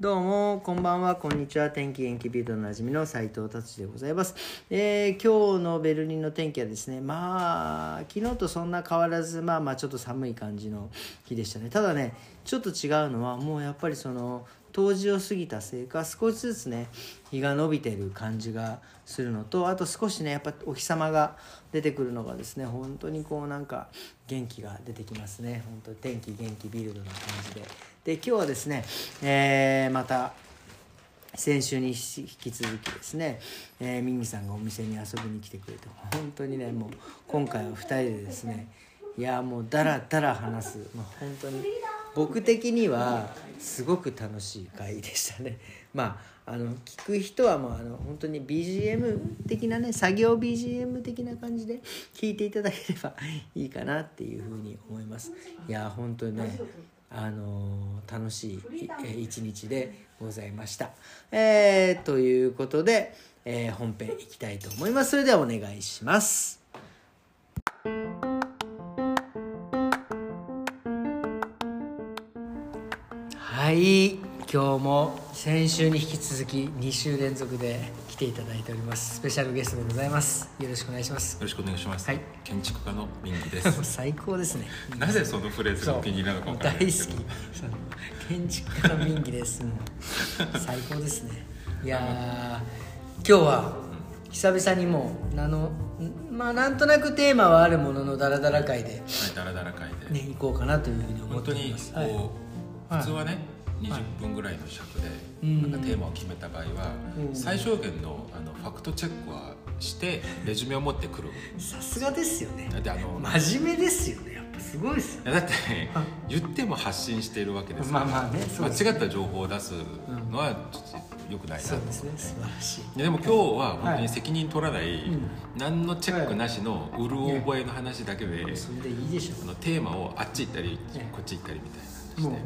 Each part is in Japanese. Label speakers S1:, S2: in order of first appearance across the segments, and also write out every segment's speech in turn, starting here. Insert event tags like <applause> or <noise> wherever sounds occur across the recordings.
S1: どうも、こんばんは、こんにちは。天気元気ビートのなじみの斉藤達でございます。えー今日のベルリンの天気はですね、まあ、昨日とそんな変わらず、まあまあ、ちょっと寒い感じの日でしたね。ただね、ちょっと違うのは、もうやっぱりその、冬至を過ぎたせいか、少しずつね、日が伸びてる感じがするのと、あと少しね、やっぱお日様が出てくるのがですね、本当にこうなんか、元気が出てきますね。本当に天気元気ビルドな感じで。で今日はですね、えーまた先週に引き続きですね、えーミミさんがお店に遊びに来てくれて本当にねもう今回は2人でですねいやもうダラダラ話す、まあ、本当に僕的にはすごく楽しい回でしたねまああの聞く人はもうあの本当に BGM 的なね作業 BGM 的な感じで聞いていただければいいかなっていうふうに思いますいや本当にねあのー楽しいいえ一日でございました。えーということで、えー本編いきたいと思います。それではお願いします。はい今日も先週に引き続き2週連続で来ていただいておりますスペシャルゲストでございますよろしくお願いします <laughs>
S2: よろしくお願いします。
S1: はい
S2: 建築家のミンギで
S1: <laughs> もう
S2: す。
S1: 最高ですね
S2: なぜそのフレーズ
S1: そ
S2: が
S1: う
S2: お気に入りなのかわから
S1: 大
S2: な
S1: 好
S2: い
S1: き
S2: で
S1: そ
S2: すけど
S1: の。建築家の民技ですもう最高ですねいやー今日は久々にもうあのんまあなんとなくテーマはあるもののダラダラ会で
S2: はい、だらだら書いて。
S1: ね行こうかなというふうに思
S2: 本
S1: って
S2: 当
S1: おり
S2: に
S1: ます
S2: こう、
S1: はい
S2: 普通は
S1: は
S2: ね、
S1: い
S2: 20分ぐらいの尺で、
S1: うん
S2: なんかテーマを決めた場合は、
S1: うん
S2: 最小限のあのファクトチェックは
S1: <laughs>
S2: してレジュメを持ってくる。
S1: はいさすがですよね
S2: だってあの、
S1: 真面目ですよねやっぱすごいですよね
S2: だって言っても発信しているわけですから、
S1: まあまあねそうです
S2: 間違った情報を出すのはちょっと良くないなと
S1: そう
S2: 思
S1: で
S2: っ
S1: す
S2: て
S1: ね素晴らしい
S2: いやでも今日は本当に責任取らない、
S1: うん
S2: 何のチェックなしのうる覚えの話だけで、
S1: それでいいでしょ
S2: あのテーマをあっち行ったり、
S1: ええ
S2: こっち行ったりみたいな感
S1: う
S2: じ
S1: もう
S2: で、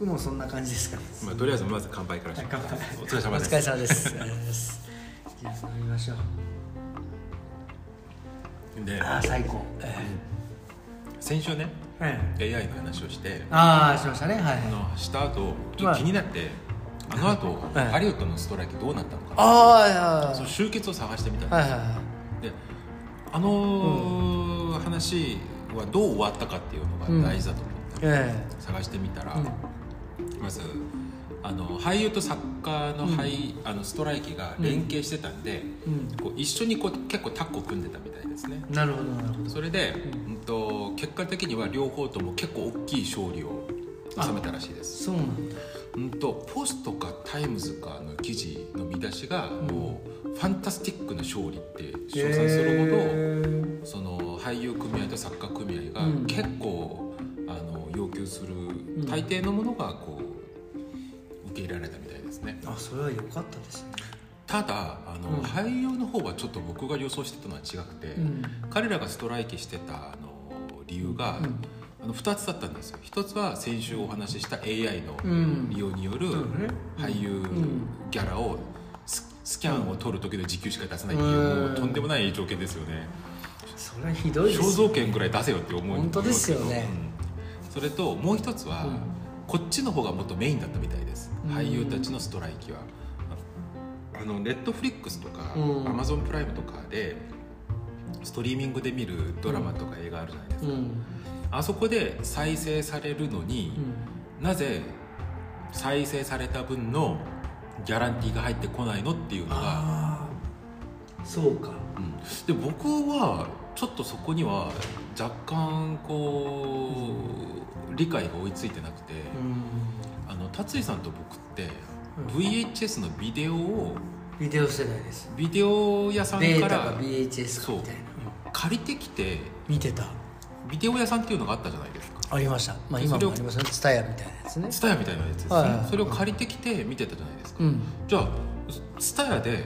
S1: 僕もそんな感じですから
S2: まあ、とりあえずまず乾杯からしますお疲れ様です
S1: お疲れ様です。ありがとうございますじゃあ飲みましょう。
S2: で
S1: ああ最高。え
S2: 先週ね
S1: えええ
S2: AI の話をして
S1: ああしましたねはい。
S2: あのした後ちょっと気になって、あの後、
S1: はい
S2: ハリウッドのストライキどうなったのかな
S1: あ
S2: その集結を探してみたん
S1: あ
S2: で
S1: はい
S2: す
S1: はい
S2: よ、
S1: はい
S2: であのー話はどう終わったかっていうのが大事だと思って、
S1: え
S2: 探してみたら、
S1: えうん
S2: まずあの俳優と作家の俳、あのストライキが連携してたんで、
S1: うん
S2: こう一緒にこう結構タッグを組んでたみたいですね
S1: なるほどなるほど。
S2: それで、うんと結果的には両方とも結構大きい勝利を収めたらしいです、
S1: そうなんだ。
S2: うん、とポストかタイムズかの記事の見出しがもう、ファンタスティックな勝利って称賛するほど、
S1: る
S2: その俳優組合と作家組合が
S1: うん
S2: 結構、あの要求する
S1: ん
S2: 大抵のものがこう受け入れられたみたいですね
S1: ほど。あそれは良かったですね。
S2: ただあの、
S1: うん
S2: 俳優の方はちょっと僕が予想してたのは違くて、
S1: うん
S2: 彼らがストライキしてたあの理由が、
S1: うん
S2: あの2つだったんですよ1つは先週お話しした AI の
S1: うん
S2: 利用による
S1: そうね
S2: 俳優
S1: ん
S2: ギャラをススキャンを取る時の時給しか出さないっていう、
S1: うん
S2: とんでもない条件ですよね。
S1: それはひどいです。
S2: 肖像権ぐらい出せよって思う
S1: 本当ですよね
S2: うんそれともう一つは、
S1: うん
S2: こっちの方がもっとメインだったみたいです、
S1: うん
S2: 俳優たちのストライキはあのネットフリックスとか、
S1: うん
S2: アマゾンプライムとかでストリーミングで見るドラマとか映画あるじゃないです
S1: う
S2: か、
S1: ん
S2: あそこで再生されるの
S1: う
S2: に、
S1: ん。
S2: なぜ再生された分のギャランティーが入ってこないのっていうのが
S1: ああそうか。
S2: で僕はちょっとそこには若干こう理解が追いついてなくて、
S1: うん
S2: あの達井さんと僕って VHS のビデオを
S1: ビデオ世代です。
S2: ビデオ屋さん
S1: ベー
S2: か
S1: タから VHS かみたいな。
S2: 借りてきて
S1: 見てた。
S2: ビデオ屋さんっていうのがあったじゃないですか
S1: ありました。まあ
S2: それ
S1: 今
S2: を
S1: もありますね。ツタヤみたいなやつね。
S2: ツタヤみたいなやつですね、
S1: はいはいはい
S2: それを借りてきて見てたじゃないですか、
S1: うん。
S2: じゃあツタヤで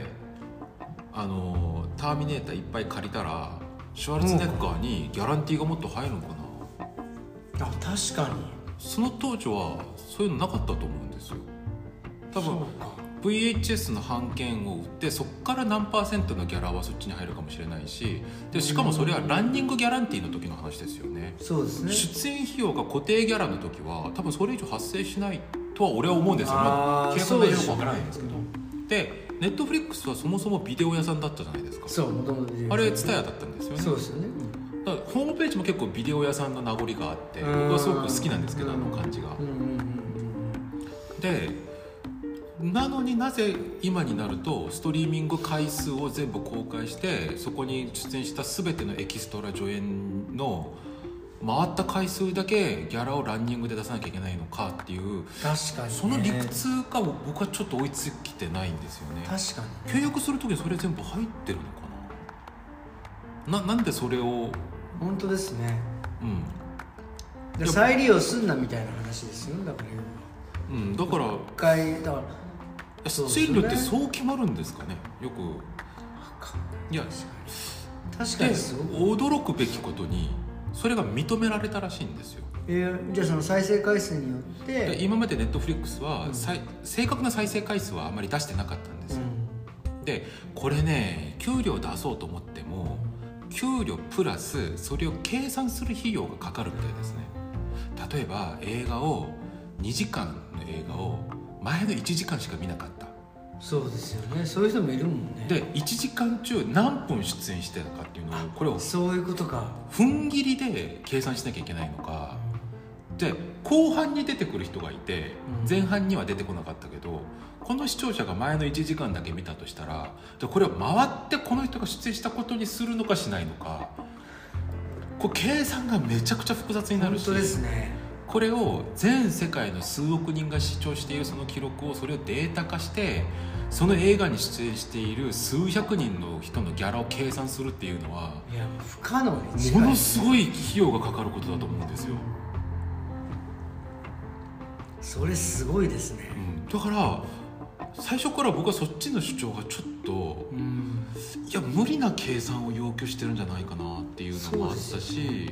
S2: あの「ターミネーター」いっぱい借りたらシュワルツェネッガーにギャランティーがもっと入るのかな、
S1: あ確かに。
S2: その当時はそういうのなかったと思うんですよ多分
S1: そうか
S2: VHS の版権を売ってそっから何パーセントのギャラはそっちに入るかもしれないしでしかもそれはランニングギャランティーの時の話ですよね
S1: そうですね
S2: 出演費用が固定ギャラの時は多分それ以上発生しないとは俺は思うんですよ、ま
S1: あ
S2: あ、
S1: ー
S2: 計算がよ
S1: そうです
S2: く
S1: よね
S2: わからないんですけどでネットフリックスはそもそもビデオ屋さんだったじゃないですか
S1: そうもともと
S2: あれツタヤだったんですよね
S1: そうですよね
S2: だからホームページも結構ビデオ屋さんの名残があって
S1: うん
S2: 僕はすごく好きなんですけどあの感じが
S1: うんうんうん
S2: でなのになぜ今になるとストリーミング回数を全部公開してそこに出演した全てのエキストラ助演の回った回数だけギャラをランニングで出さなきゃいけないのかっていう
S1: 確かにね
S2: その理屈が僕はちょっと追いつきてないんですよね
S1: 確かに
S2: 契約する時にそれ全部入ってるのかなななんでそれを
S1: 本当ですね
S2: うん
S1: で
S2: いや
S1: 再利用すんなみたいな話ですよだから要は
S2: うん、だから
S1: 一回だからそうです
S2: 出
S1: よ
S2: 演
S1: ね
S2: 料ってそう決まるんですかねよくいや
S1: 確か
S2: で
S1: にすごく
S2: 驚くべきことにそれが認められたらしいんですよ
S1: えーじゃあその再生回数によっ
S2: で
S1: て
S2: 今までネットフリックスは、
S1: うん
S2: さい正確な再生回数はあまり出してなかったんですよ、でこれね給料出そうと思っても給料プラスそれを計算する費用がかかるみたいですね例えば映画を2時間の映画を前の1時間しか見なかった
S1: うんそうですよねそういう人もいるもんね
S2: で1時間中何分出演してたかっていうのをこれを
S1: そういうことか
S2: 踏ん切りで計算しなきゃいけないのかで後半に出てくる人がいて
S1: うん
S2: 前半には出てこなかったけどこの視聴者が前の1時間だけ見たとしたらじゃあこれを回ってこの人が出演したことにするのかしないのかこれ計算がめちゃくちゃ複雑にな
S1: 本
S2: るし
S1: 当ですね
S2: これを全世界の数億人が視聴しているその記録をそれをデータ化してその映画に出演している数百人の人のギャラを計算するっていうのはい
S1: や不可能に近い
S2: ものすごい費用がかかることだと思うんですよ、
S1: それすごいですね
S2: うん、だから最初から僕はそっちの主張がちょっと
S1: うん
S2: いや無理な計算を要求してるんじゃないかなっていうのもあった
S1: そ
S2: し、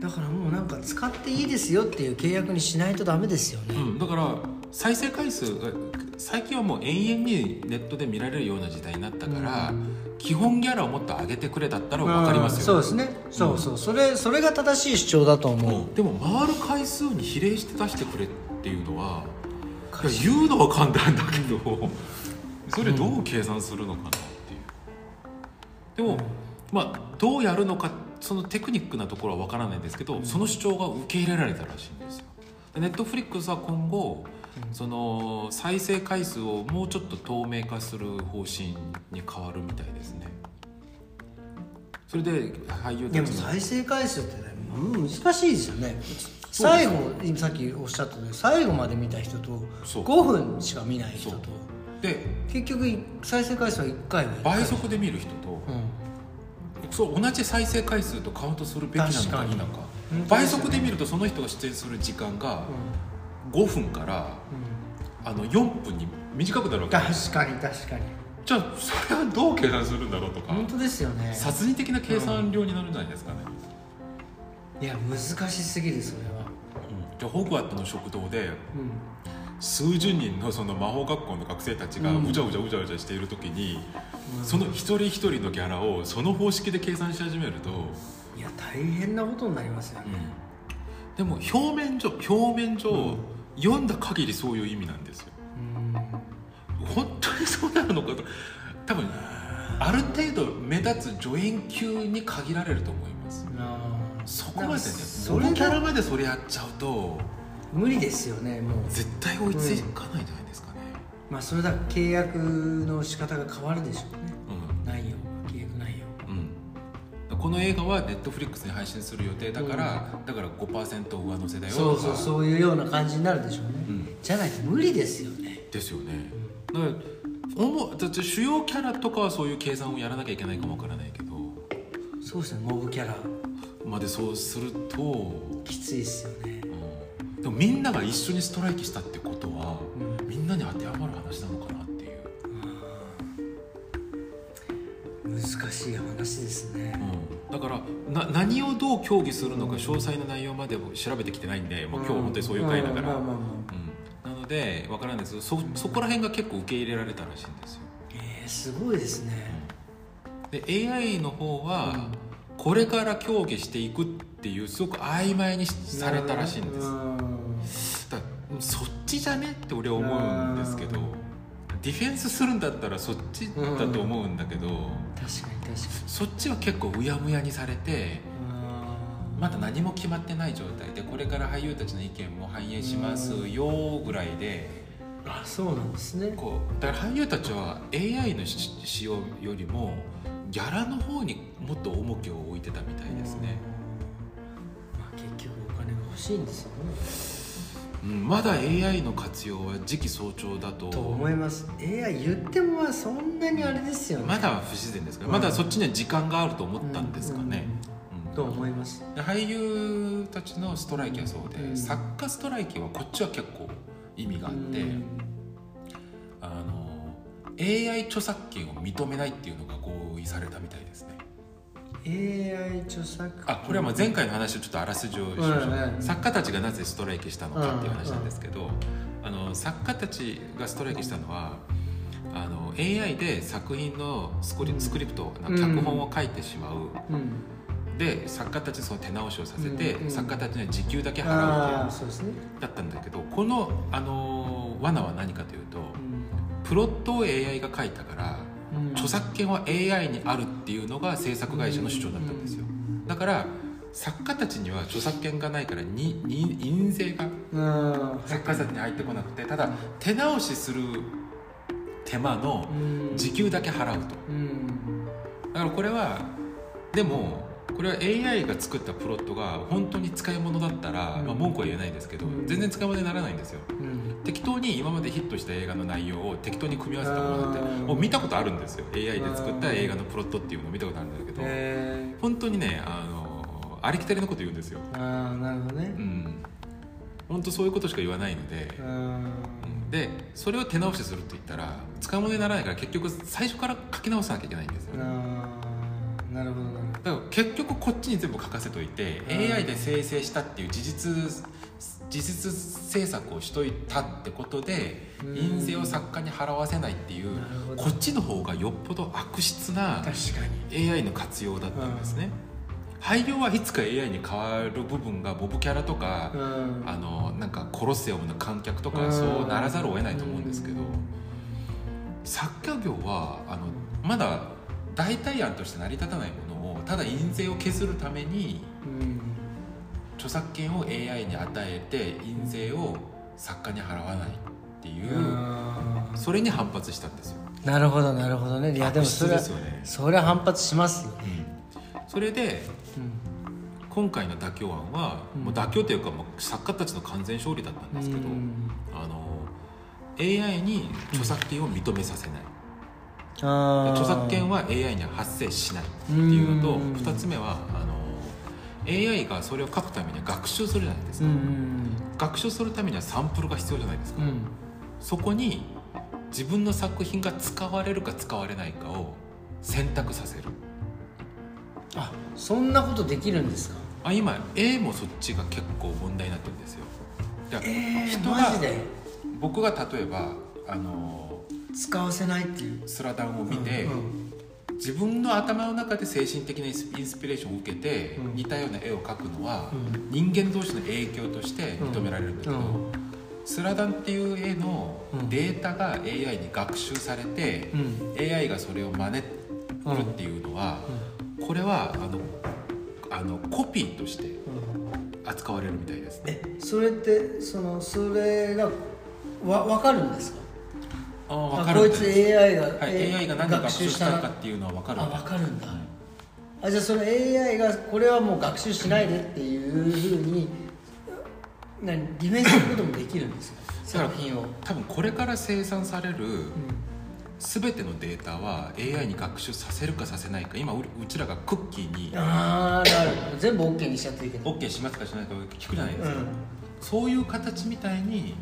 S1: だからもうなんか使っていいですよっていう契約にしないとダメですよね、
S2: うん、だから再生回数が最近はもう延々にネットで見られるような時代になったから、基本ギャラをもっと上げてくれだったら分かりますよ、
S1: うんそうですねそうそう、それそれが正しい主張だと思う、
S2: うんでも回る回数に比例して出してくれっていうのはいや言うのは簡単だけど、それどう計算するのかなっていうでも、まあどうやるのかそのテクニックなところは分からないんですけど、その主張が受け入れられたらしいんですよネットフリックスは今後、その再生回数をもうちょっと透明化する方針に変わるみたいですねそれで俳優
S1: で
S2: た
S1: も
S2: ちの
S1: 再生回数ってね、うん難しいですよね最後今さっきおっしゃったように最後まで見た人と
S2: そう
S1: 5分しか見ない人と
S2: そうで
S1: 結局い再生回数は1回は
S2: 倍速で見る人と、
S1: う
S2: そう同じ再生回数とカウントするべきなの
S1: 確か
S2: か
S1: に
S2: 否か
S1: うん
S2: 倍速で見るとその人が出演する時間が5分からあの4分に短くなるわ
S1: ん
S2: けです
S1: 確かに確かに
S2: じゃあそれはどう計算するんだろうとか
S1: 本当ですよね
S2: 殺人的な計算量になるんじゃないですかね、
S1: いや難しすぎるそれは
S2: じゃあホグワットの食堂で
S1: う
S2: 数十人のその魔法学校の学生たちが
S1: うん
S2: うじゃうじゃうじゃうじゃしている時に、その一人一人のギャラをその方式で計算し始めると、
S1: んいや大変なことになりますよね
S2: でも表面上表面上、読んだ限りそういう意味なんですよ本当にそうなるのかと多分ある程度目立つ助演級に限られると思います
S1: うんあー
S2: そこまで
S1: な
S2: ね
S1: んか
S2: そ
S1: そ
S2: の
S1: れ
S2: キャラ
S1: が
S2: までそれやっちゃうと
S1: 無理ですよねもう
S2: 絶対追いついかないんじゃないですかね、
S1: まあそれだけ契約の仕方が変わるでしょうね
S2: うん
S1: 内容契約内容
S2: うんこの映画はネットフリックスに配信する予定だから、だから5%上乗せだよ
S1: そ
S2: と
S1: う
S2: か
S1: そうそういうような感じになるでしょうね、
S2: うん
S1: じゃないと無理ですよね
S2: ですよねだから主だって主要キャラとかはそういう計算をやらなきゃいけないかもわからないけど
S1: そうですねモブキャラ
S2: までそうすると、
S1: きついっすよね
S2: うんでもみんなが一緒にストライキしたってことは、みんなに当てはまる話なのかなっていう、
S1: 難しい話ですね
S2: うんだからな何をどう協議するのか詳細な内容までも調べてきてないんで、もう今日本当にそういう回だか
S1: ま
S2: ら、
S1: あまあまあま
S2: うんなのでわからないですけどそそこら辺が結構受け入れられたらしいんですよ
S1: あえー、すごいですね
S2: で AI の方はこれから協議していくっていうすごく曖昧にしされたらしいんです
S1: うん
S2: だそっちじゃねって俺は思うんですけど
S1: うん
S2: ディフェンスするんだったらそっちだと思うんだけど、
S1: 確かに確かに
S2: そっちは結構うやむやにされてまだ何も決まってない状態でこれから俳優たちの意見も反映しますよぐらいで
S1: あそうなんですね
S2: こうだから俳優たちは AI のし使用よりもギャラの方にもっと重きを置いてたみたいですね、
S1: まあ結局お金が欲しいんですよね
S2: うん、まだ AI の活用は時期早朝だと
S1: と思います AI 言ってもまあそんなにあれですよね
S2: まだ不自然ですから、
S1: うん
S2: まだそっちには時間があると思ったんですかね、うん
S1: と思います
S2: で俳優たちのストライキはそうで、
S1: うん
S2: 作家ストライキはこっちは結構意味があって、
S1: うん
S2: あの AI 著作権を認めないっていうのが合意されたみたいですね
S1: AI 著作権
S2: あこれはまあ前回の話をちょっとあらすじをしましょう、
S1: うんうん
S2: 作家たちがなぜストライキしたのかっていう話なんですけど、あの作家たちがストライキしたのはあの AI で作品のスクリスクリプトな脚本を書いてしまう、
S1: うん
S2: で作家たちにその手直しをさせて、
S1: うんうん
S2: 作家たちには時給だけ払うっていう
S1: ああそうですね
S2: だったんだけどこの、あのー罠は何かというと
S1: うん
S2: プロットを AI が書いたから
S1: うん
S2: 著作権は AI にあるっていうのが制作会社の主張だったんですよだから作家たちには著作権がないからにに印税が
S1: うん
S2: 作家たちに入ってこなくてただ手直しする手間の
S1: うん
S2: 時給だけ払うと
S1: うん
S2: だからこれはでもこれは AI が作ったプロットが本当に使い物だったら、
S1: うん
S2: まあ、文句は言えないですけど
S1: うん
S2: 全然使い物にならないんですよ
S1: うん
S2: 適当に今までヒットした映画の内容を適当に組み合わせたものだっ
S1: あ
S2: て
S1: ー
S2: もう見たことあるんですよ AI で作
S1: あ
S2: った
S1: ー
S2: 映画のプロットっていうのを見たことあるんだけど
S1: え
S2: 本当にねあのありきたりのこと言うんですよ
S1: ーああなるほど
S2: う
S1: ね
S2: ん本当そういうことしか言わないので
S1: うん
S2: うんでそれを手直しするって言ったら使い物にならないから結局最初から書き直さなきゃいけないんですよだ
S1: あーなるほどなる
S2: から結局こっちに全部書かせといて
S1: うん
S2: AI で生成したっていう事実事実制作をしといたってことで
S1: うん
S2: 印税を作家に払わせないっていう
S1: ほどなるほど
S2: こっちの方がよっぽど悪質な
S1: 確かに
S2: AI の活用だったんですね、廃業はいつか AI に変わる部分がボブキャラとか、
S1: うん
S2: あのなんかコロッセオムの観客とか、
S1: うん
S2: そうならざるを得ないと思うんですけど、
S1: うん
S2: 作家業はあのまだ代替案として成り立たないものをただ印税を削るために
S1: うん
S2: 著作権を AI に与えて印税を作家に払わないっていう、
S1: あ
S2: それに反発したんですよ。
S1: ーなるほどなるほどねいやでもそれ
S2: 悪
S1: は
S2: 質ですよね
S1: それは反発しますよ、
S2: それで
S1: うん
S2: 今回の妥協案は、
S1: うん
S2: もう妥協というかもう作家たちの完全勝利だったんですけど、あの AI に著作権を認めさせない、
S1: あー
S2: 著作権は AI には発生しないっていうのと、
S1: うん
S2: 2つ目はあの AI がそれを書くためには学習するじゃないです
S1: う
S2: か、
S1: ん
S2: 学習するためにはサンプルが必要じゃないで
S1: う
S2: すか、
S1: んうん
S2: そこに自分の作品が使われるか使われないかを選択させる
S1: あそんなことできるんですか
S2: あ今 A もそっちが結構問題になってるんですよだから人
S1: マ
S2: が
S1: ジで
S2: 僕が例えばあの
S1: 使わせないっていう
S2: スラダンを見て、
S1: うん
S2: 自分の頭の中で精神的なインスインスピレーションを受けて、
S1: うん
S2: 似たような絵を描くのは、
S1: うん
S2: 人間同士の影響として認められるんだけど、
S1: うん
S2: スラダンっていう絵の
S1: うん
S2: データが AI に学習されて、
S1: うん
S2: AI がそれを真似るっていうのは、これはあのあのコピーとして
S1: うん
S2: 扱われるみたいですね。
S1: えそれってそのそれがわ分かるんですか
S2: あーわ
S1: あ
S2: かる
S1: こ
S2: み
S1: い
S2: た
S1: つ
S2: いです
S1: AI が、
S2: はい、
S1: えー
S2: AI が何を学習したかっていうのは分かる
S1: あ分かるんだ、
S2: はい
S1: あじゃあその AI がこれはもう学習しないでっていうふうに何ディフェンスすることもできるんですよ
S2: だから
S1: 作品を、うん
S2: 多分これから生産される全てのデータは AI に学習させるかさせないか今ううちらがクッキーに
S1: ああなるほど全部 OK にしちゃっていいけど
S2: OK しますかしないか聞くじゃないで
S1: う
S2: すか、
S1: ん
S2: そういう形みたいに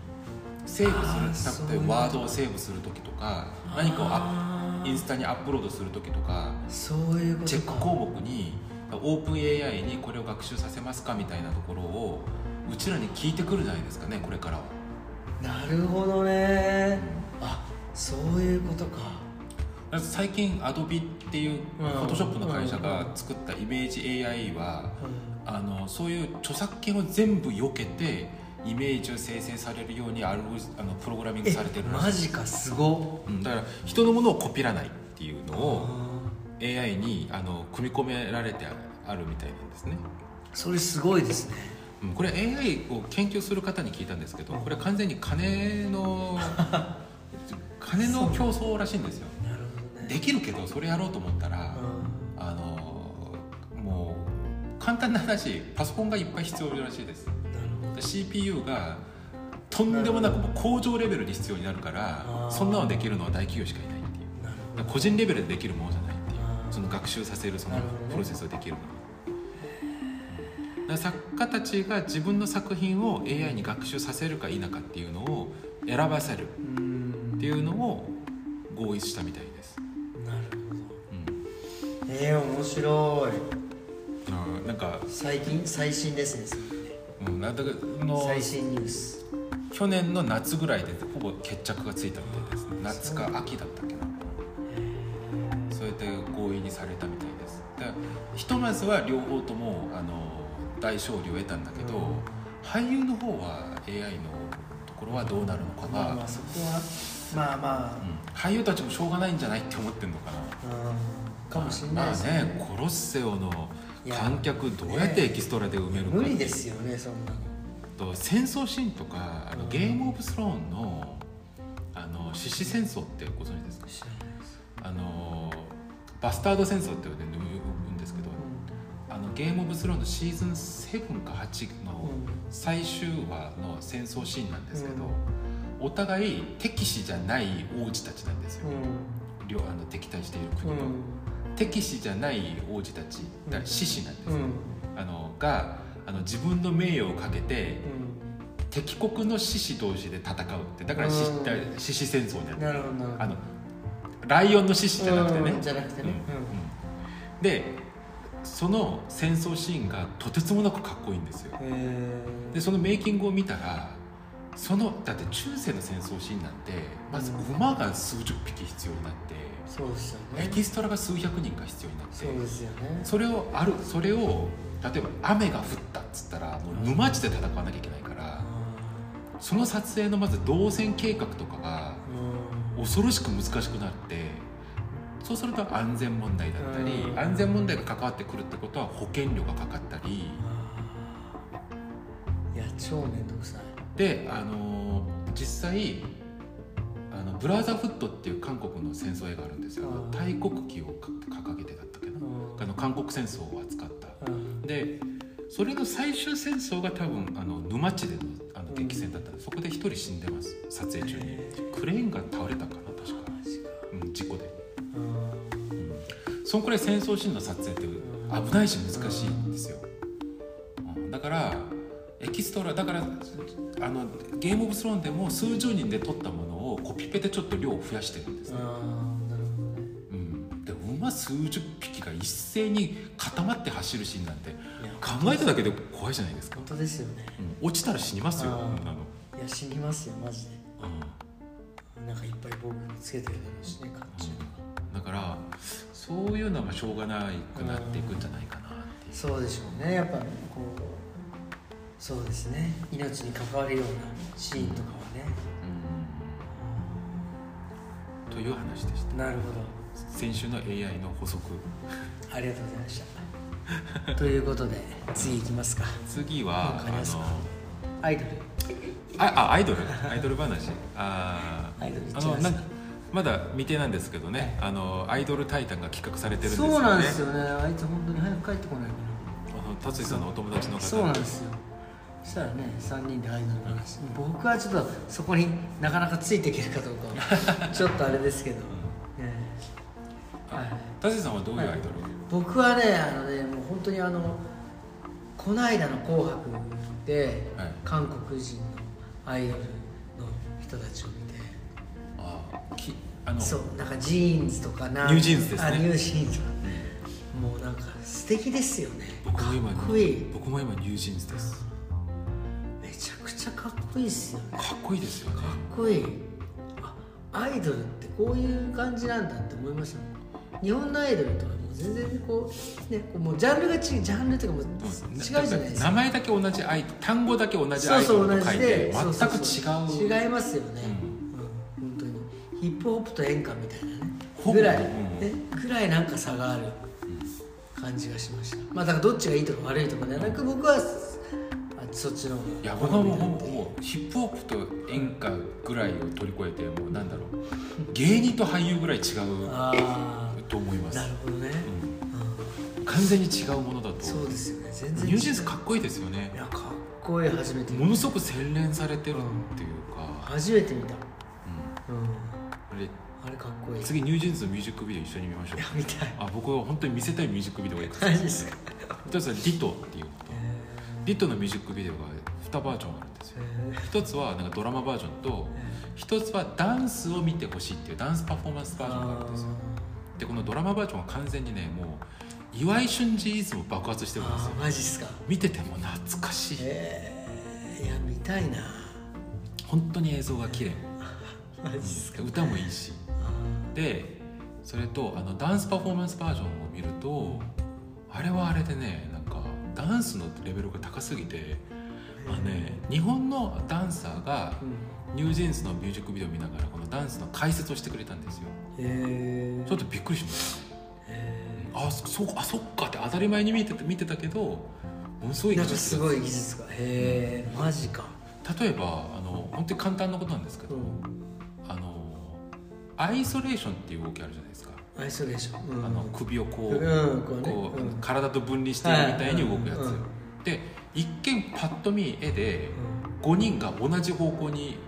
S2: セーブす
S1: あー
S2: る
S1: そういう
S2: 例え
S1: こと
S2: ばワードをセーブする時とか何かをア
S1: あー
S2: ップインスタにアップロードする時とか
S1: そういうことか
S2: チェック項目にオープン AI にこれを学習させますかみたいなところをうちらに聞いてくるじゃないですかねこれからは。
S1: なるほどねあそういうことか
S2: 最近 Adobe っていう
S1: うん
S2: Photoshop の会社が作ったイメージ AI は
S1: うん
S2: あのそういう著作権を全部避けてイメージを生成されるようにアルゴリあのプログラミング
S1: え
S2: されてるらしい
S1: マジかすご
S2: うんだから人のものをコピらないっていうの
S1: っ
S2: を AI にあの組み込められてあるみたいなんですね、
S1: それすごいですね
S2: うん、これ AI を研究する方に聞いたんですけどこれ完全に
S1: <laughs>
S2: 金の金の競争らしいんですよ
S1: なるほどね
S2: できるけどそれやろうと思ったらあのもう簡単な話パソコンがいっぱい必要らしいです
S1: うんなるほど
S2: CPU がとんでもなくもう工場レベルに必要になるから
S1: あー
S2: そんなのできるのは大企業しかいないっていう
S1: なるほ
S2: だから個人レベルでできるものじゃないっていう
S1: あー
S2: その学習させるその
S1: なるほどね
S2: プロセスをできるものだから作家たちが自分の作品を AI に学習させるか否かっていうのを選ばせる
S1: どうー
S2: っ
S1: ん
S2: ていうのを合意したみたいです、
S1: なる
S2: うん
S1: ほどえー、面白い
S2: あー、なんか、
S1: 最近最新ですねそれ
S2: うん、なんだかあの
S1: 最新ニュース
S2: 去年の夏ぐらいでほぼ決着がついたみたいですね夏か秋だったっけなそれで合意にされたみたいですだからひとまずは両方ともあの大勝利を得たんだけど、
S1: うん
S2: 俳優の方は AI のところはどうなるのかが、
S1: まあまあそこはまあま
S2: うん俳優たちもしょうがないんじゃないって思ってるのかな
S1: あ、うん、かもしれないですね,、
S2: まあねコロッセオの
S1: いや
S2: 観客どうやってエキストラで埋めるか
S1: 無理ですよねそんなの
S2: と戦争シーンとかあの
S1: うん
S2: ゲーム・オブ・スローンのあの獅子戦争ってご存知ですか
S1: 知らないです
S2: あのバスタード戦争って呼んで呼ぶんですけどあのゲーム・オブ・スローンのシーズン7か8の最終話の戦争シーンなんですけど、お互い敵視じゃない王子たちなんですよ、
S1: う
S2: 両あの敵対している
S1: んう
S2: 国の、
S1: ん
S2: 敵視じゃない王子たちだから獅子なんです
S1: うんう
S2: よ、
S1: ん
S2: あのがあの自分の名誉をかけて敵国の獅子同士で戦うってだから獅子
S1: うん
S2: だから獅子戦争に
S1: うん
S2: な
S1: な
S2: る
S1: るほどなるほど
S2: あのライオンの獅子じゃなくてね
S1: うんじゃなくてね
S2: うんうんでその戦争シーンがとてつもなくかっこいいんですよ
S1: うんへ
S2: でそのメイキングを見たらそのだって中世の戦争シーンなんてまず馬が数十匹必要になって
S1: そうですよ
S2: エ
S1: ね
S2: キストラが数百人が必要になって
S1: そうですよね
S2: それをあるそれを例えば雨が降ったっつったらもう沼地で戦わなきゃいけないからその撮影のまず動線計画とかが
S1: うん
S2: 恐ろしく難しくなってそうすると安全問題だったり
S1: うん
S2: 安全問題が関わってくるってことは保険料がかかったり
S1: いや超面倒くさい
S2: であのー実際あのブラザーフットっていう韓国の戦争映画あるんですよあの
S1: うん
S2: 大国旗をか掲げてだったっけなあの韓国戦争を扱った
S1: うん
S2: でそれの最終戦争が多分あの沼地でのあの激戦だったんで、そこで一人死んでます撮影中に
S1: へ
S2: クレーンが倒れたかな確か、
S1: マジか
S2: うん、事故で、
S1: うん
S2: そんくらい戦争シーンの撮影って危ないし難しいんですよ、うんだからエキストラだからあのゲームオブスローンでも数十人で撮ったものをコピペでちょっと量を増やしてるんです、
S1: あーなるほどね
S2: うん、で馬数十匹が一斉に固まって走るシーンなんて
S1: いや
S2: 考えただけで怖いじゃないですか
S1: 本当ですよね
S2: うん落ちたら死にますよ、
S1: あー
S2: こんなの。
S1: いや死にますよマジで
S2: う
S1: なんかいっぱい防具につけてるだろうしね甲冑が
S2: んだから、そういうのはしょうがないくなっていくんじゃないかなっていう。
S1: そうでしょうねやっぱねこうそうですね命に関わるようなシーンとかはね
S2: うんという話でした。
S1: なるほ
S2: 先週の AI の補足。
S1: どありがとうございましたということで次いきますか
S2: 次は
S1: わかりましたアイドル
S2: あのああアイドルアイドル話。あー
S1: アイドルいっちゃ
S2: あ
S1: い
S2: の
S1: ます
S2: なんかまだ未定なんですけどね、あのアイドルタイタンが企画されてるんですよね。
S1: そうなんですよねあいつ本当に早く帰ってこないか
S2: あの達也さんのお友達の
S1: な
S2: 方。
S1: そうなんですよそしたらね3人でアイドルの話僕はちょっとそこになかなかついていけるかどうか
S2: <laughs>
S1: はちょっとあれですけど、ねはい
S2: 達也さんはどういうアイドル？
S1: 僕はねあのねもう本当にあのこの間の「紅白」で、
S2: はい
S1: 韓国人のアイドルの人たちを見て
S2: あーきあの
S1: そうなんかジーンズとかな
S2: ニュージーンズですね
S1: あニュージーンズもうなんか素敵ですよね
S2: 僕も今
S1: かっこいい
S2: 僕も今ニュージーンズです
S1: めちゃくちゃかっこいいっすよねか
S2: かっこいいですよね
S1: っこいいあアイドルってこういう感じなんだって思いましたもん日本のアイドルとはもう全然こうねこうもうジャンルが違うジャンルっていうかもう違うじゃないです
S2: 名
S1: か
S2: 前だけ同じアイ単語だけ同じ
S1: そ
S2: ア
S1: う
S2: イ
S1: そ
S2: ド
S1: う
S2: ル
S1: 同
S2: と書
S1: じ
S2: い
S1: で
S2: て
S1: そうそう
S2: 全く違う
S1: 違いますよね、
S2: う
S1: うん本当にヒップホップと演歌みたいなね
S2: ほぼ
S1: ぐらい、
S2: うん
S1: ね、ぐらいなんか差がある感じがしましたまあだからどっちがいいとか悪いとかではなく僕はあそっちの方
S2: いや
S1: が
S2: 僕
S1: 好
S2: は
S1: み
S2: もう
S1: なん
S2: ほ
S1: で
S2: ぼもうヒップホップと演歌ぐらいを取り越えてもうなんだろう芸人と俳優ぐらい違う
S1: あ
S2: と思いま
S1: あ
S2: す
S1: なるほどね、
S2: う
S1: うん
S2: ん完全に違うものだと
S1: そうですよね全然
S2: ニュージーンズ
S1: 違う
S2: かっこいいですよね
S1: いやかっこいい初めて見た
S2: ものすごく洗練されてるっていうか、
S1: 初めて見た、
S2: う
S1: うん、
S2: ん、で
S1: あれかっこいい
S2: 次ニュージーンズのミュージックビデオ一緒に見ましょ
S1: い
S2: う
S1: や見たい
S2: あ僕は本当に見せたいミュージックビデオがいくつかあ
S1: マ
S2: る
S1: ジですか
S2: 一つは「リト」っていうことリトのミュージックビデオが2バージョンあるんですよ一つはなんかドラマバージョンと一つはダンスを見てほしいっていうダンスパフォーマンスバージョンがあるんですよでこのドラマバージョンは完全にねもう岩井俊二イズム爆発してるんです
S1: あ
S2: よ
S1: ーマジっすか
S2: 見てても懐かしい
S1: えー、いや見たいな
S2: 本当に映像が綺麗
S1: マジっすか
S2: 歌もいいしでそれとあのダンスパフォーマンスバージョンを見るとあれはあれでねなんかダンスのレベルが高すぎてあのね日本のダンサーが
S1: うん
S2: ニュージーンズのミュージックビデオ見ながらこのダンスの解説をしてくれたんですよ
S1: え
S2: ちょっ
S1: と
S2: とびっくりしましたあそそうあそっかって当たり前に見てた見てたけどものすごい
S1: な
S2: 技
S1: んか
S2: 術
S1: す
S2: だ
S1: ごい技術がへえマジか
S2: 例えばあの本当に簡単なことなんですけど、
S1: うん
S2: あのアイソレーションっていう動きあるじゃないですか
S1: アイソレーションうん
S2: あの首をこう,、
S1: うんこうね
S2: こう
S1: うん
S2: 体と分離してるみたいに動くやつ、
S1: はいうんうん
S2: で一見パッと見絵で
S1: う
S2: 5人が同じ方向に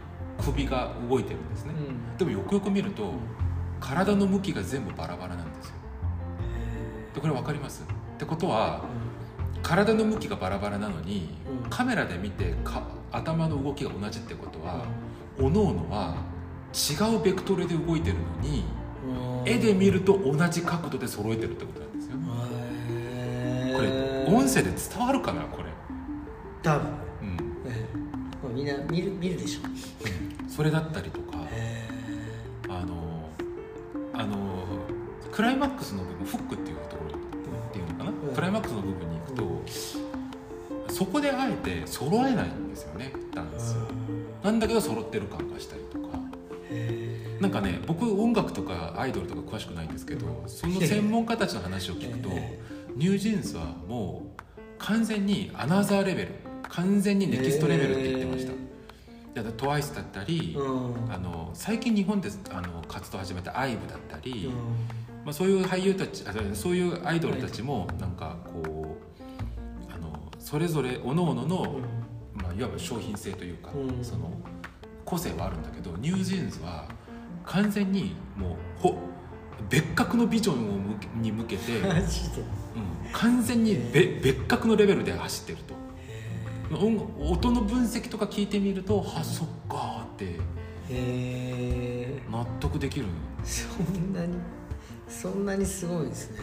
S2: 首が動いてるんですね、
S1: ん
S2: でもよくよく見ると、
S1: うん
S2: 体の向きが全部バラバラなんですよ
S1: へ
S2: でこれ分かりますってことは体の向きがバラバラなのに、
S1: うん
S2: カメラで見てか頭の動きが同じってことは、各々は違うベクトルで動いてるのに
S1: うん
S2: 絵で見ると同じ角度で揃えてるってことなんですよ
S1: へー
S2: これ音声で伝わるかなこれ、
S1: 多分
S2: うん、
S1: ええみんな見る見るでしょ
S2: それだったりとか
S1: へ
S2: あのあのクライマックスの部分フックっていうところっていうのかな、
S1: ん
S2: クライマックスの部分に行くと、そこであえて揃えないんですよねダンス、なんだけど揃ってる感がしたりとか
S1: え
S2: なんかね僕音楽とかアイドルとか詳しくないんですけど、その専門家たちの話を聞
S1: <laughs>
S2: くと、
S1: え
S2: ニュージーンズはもう完全にアナザーレベル完全にネキストレベルって言ってました、
S1: へ
S2: だからトワイスだったり、
S1: うん
S2: あの最近日本であの活動始めた IVE だったり、まあ、そういう俳優たちあそういうアイドルたちもなんかこうあのそれぞれ各々の、まあ、いわば商品性というか、
S1: うん
S2: その個性はあるんだけどニュージーンズは完全にもうほ別格のビジョンを向けに向け
S1: <laughs>
S2: て、
S1: うんマジで
S2: うん完全にべ別格のレベルで走ってると。音音の分析とか聞いてみると「あそっか」って
S1: へえ
S2: 納得できる
S1: そんなにそんなにすごいですね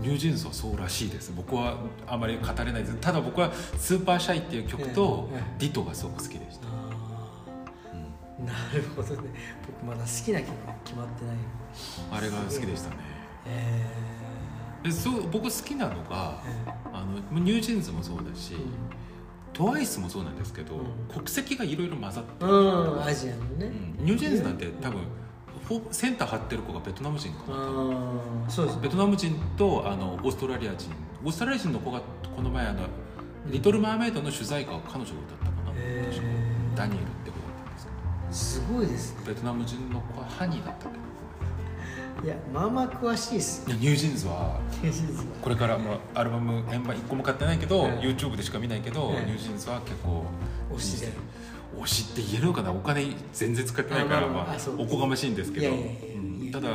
S2: ニュージーンズはそうらしいです僕はあまり語れないですただ僕は「スーパーシャイ」っていう曲と
S1: えええ
S2: 「ディト」がすごく好きでした、
S1: あ
S2: う
S1: ーなるほどね僕まだ好きな曲決まってない
S2: んあれが好きでしたね
S1: へ
S2: でそう僕好きなのが
S1: ええ
S2: あのニュージーンズもそうだし、トワイスもそうなんですけど、
S1: うん
S2: 国籍がいろいろ混ざって
S1: え
S2: る、
S1: うんアジアのね
S2: うんニュージーンズなんて多分フォセンター張ってる子がベトナム人かな多分
S1: ああそうですね
S2: ベトナム人とあのオーストラリア人オーストラリア人の子がこの前あの「リトル・マーメイド」の主題歌を彼女が歌ったかな、
S1: へ
S2: 確か
S1: え
S2: ダニエルって子だったんですけ
S1: すごいですね
S2: どベトナム人の子はハニーだったっけ
S1: いやまあまあ詳しいっすね
S2: どニュージーンズは
S1: ニュージーンズは
S2: これからもアルバム円盤1個も買ってないけど、
S1: うん
S2: YouTube でしか見ないけど、
S1: うん
S2: ニュージーンズは結構
S1: 推しで
S2: 推しって言えるのかなお金全然使ってないか
S1: あ
S2: ら、
S1: まあ
S2: まあ
S1: あそう
S2: おこがましいんですけど
S1: いやいやいやいや
S2: うん
S1: いや
S2: ただ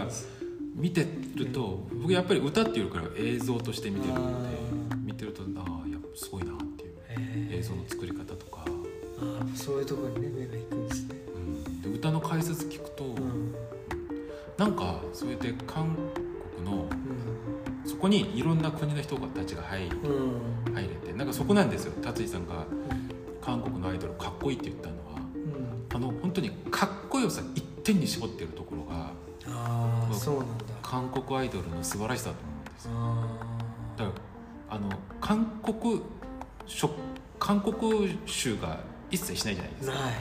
S2: 見てると僕やっぱり歌っていうよりかは映像として見てるので
S1: あ
S2: 見てるとああやっぱすごいなっていう
S1: へえ
S2: 映像の作り方と
S1: あ
S2: か、
S1: あそういうところにね目が行くんですね
S2: うんで歌の解説聞くと、
S1: うん
S2: なんかそれで韓国
S1: う
S2: の
S1: ん
S2: そこにいろんな国の人たちが入
S1: うん
S2: 入れてなんかそこなんですよ達井さんが
S1: ん
S2: 韓国のアイドルかっこいいって言ったのは
S1: うん
S2: あの本当にかっこよさ一点に絞ってるところが
S1: ああそうなんだ
S2: 韓国アイドルの素晴らしさだと思うんですよですだからあの韓国諸韓国州が一切しないじゃないですか
S1: ない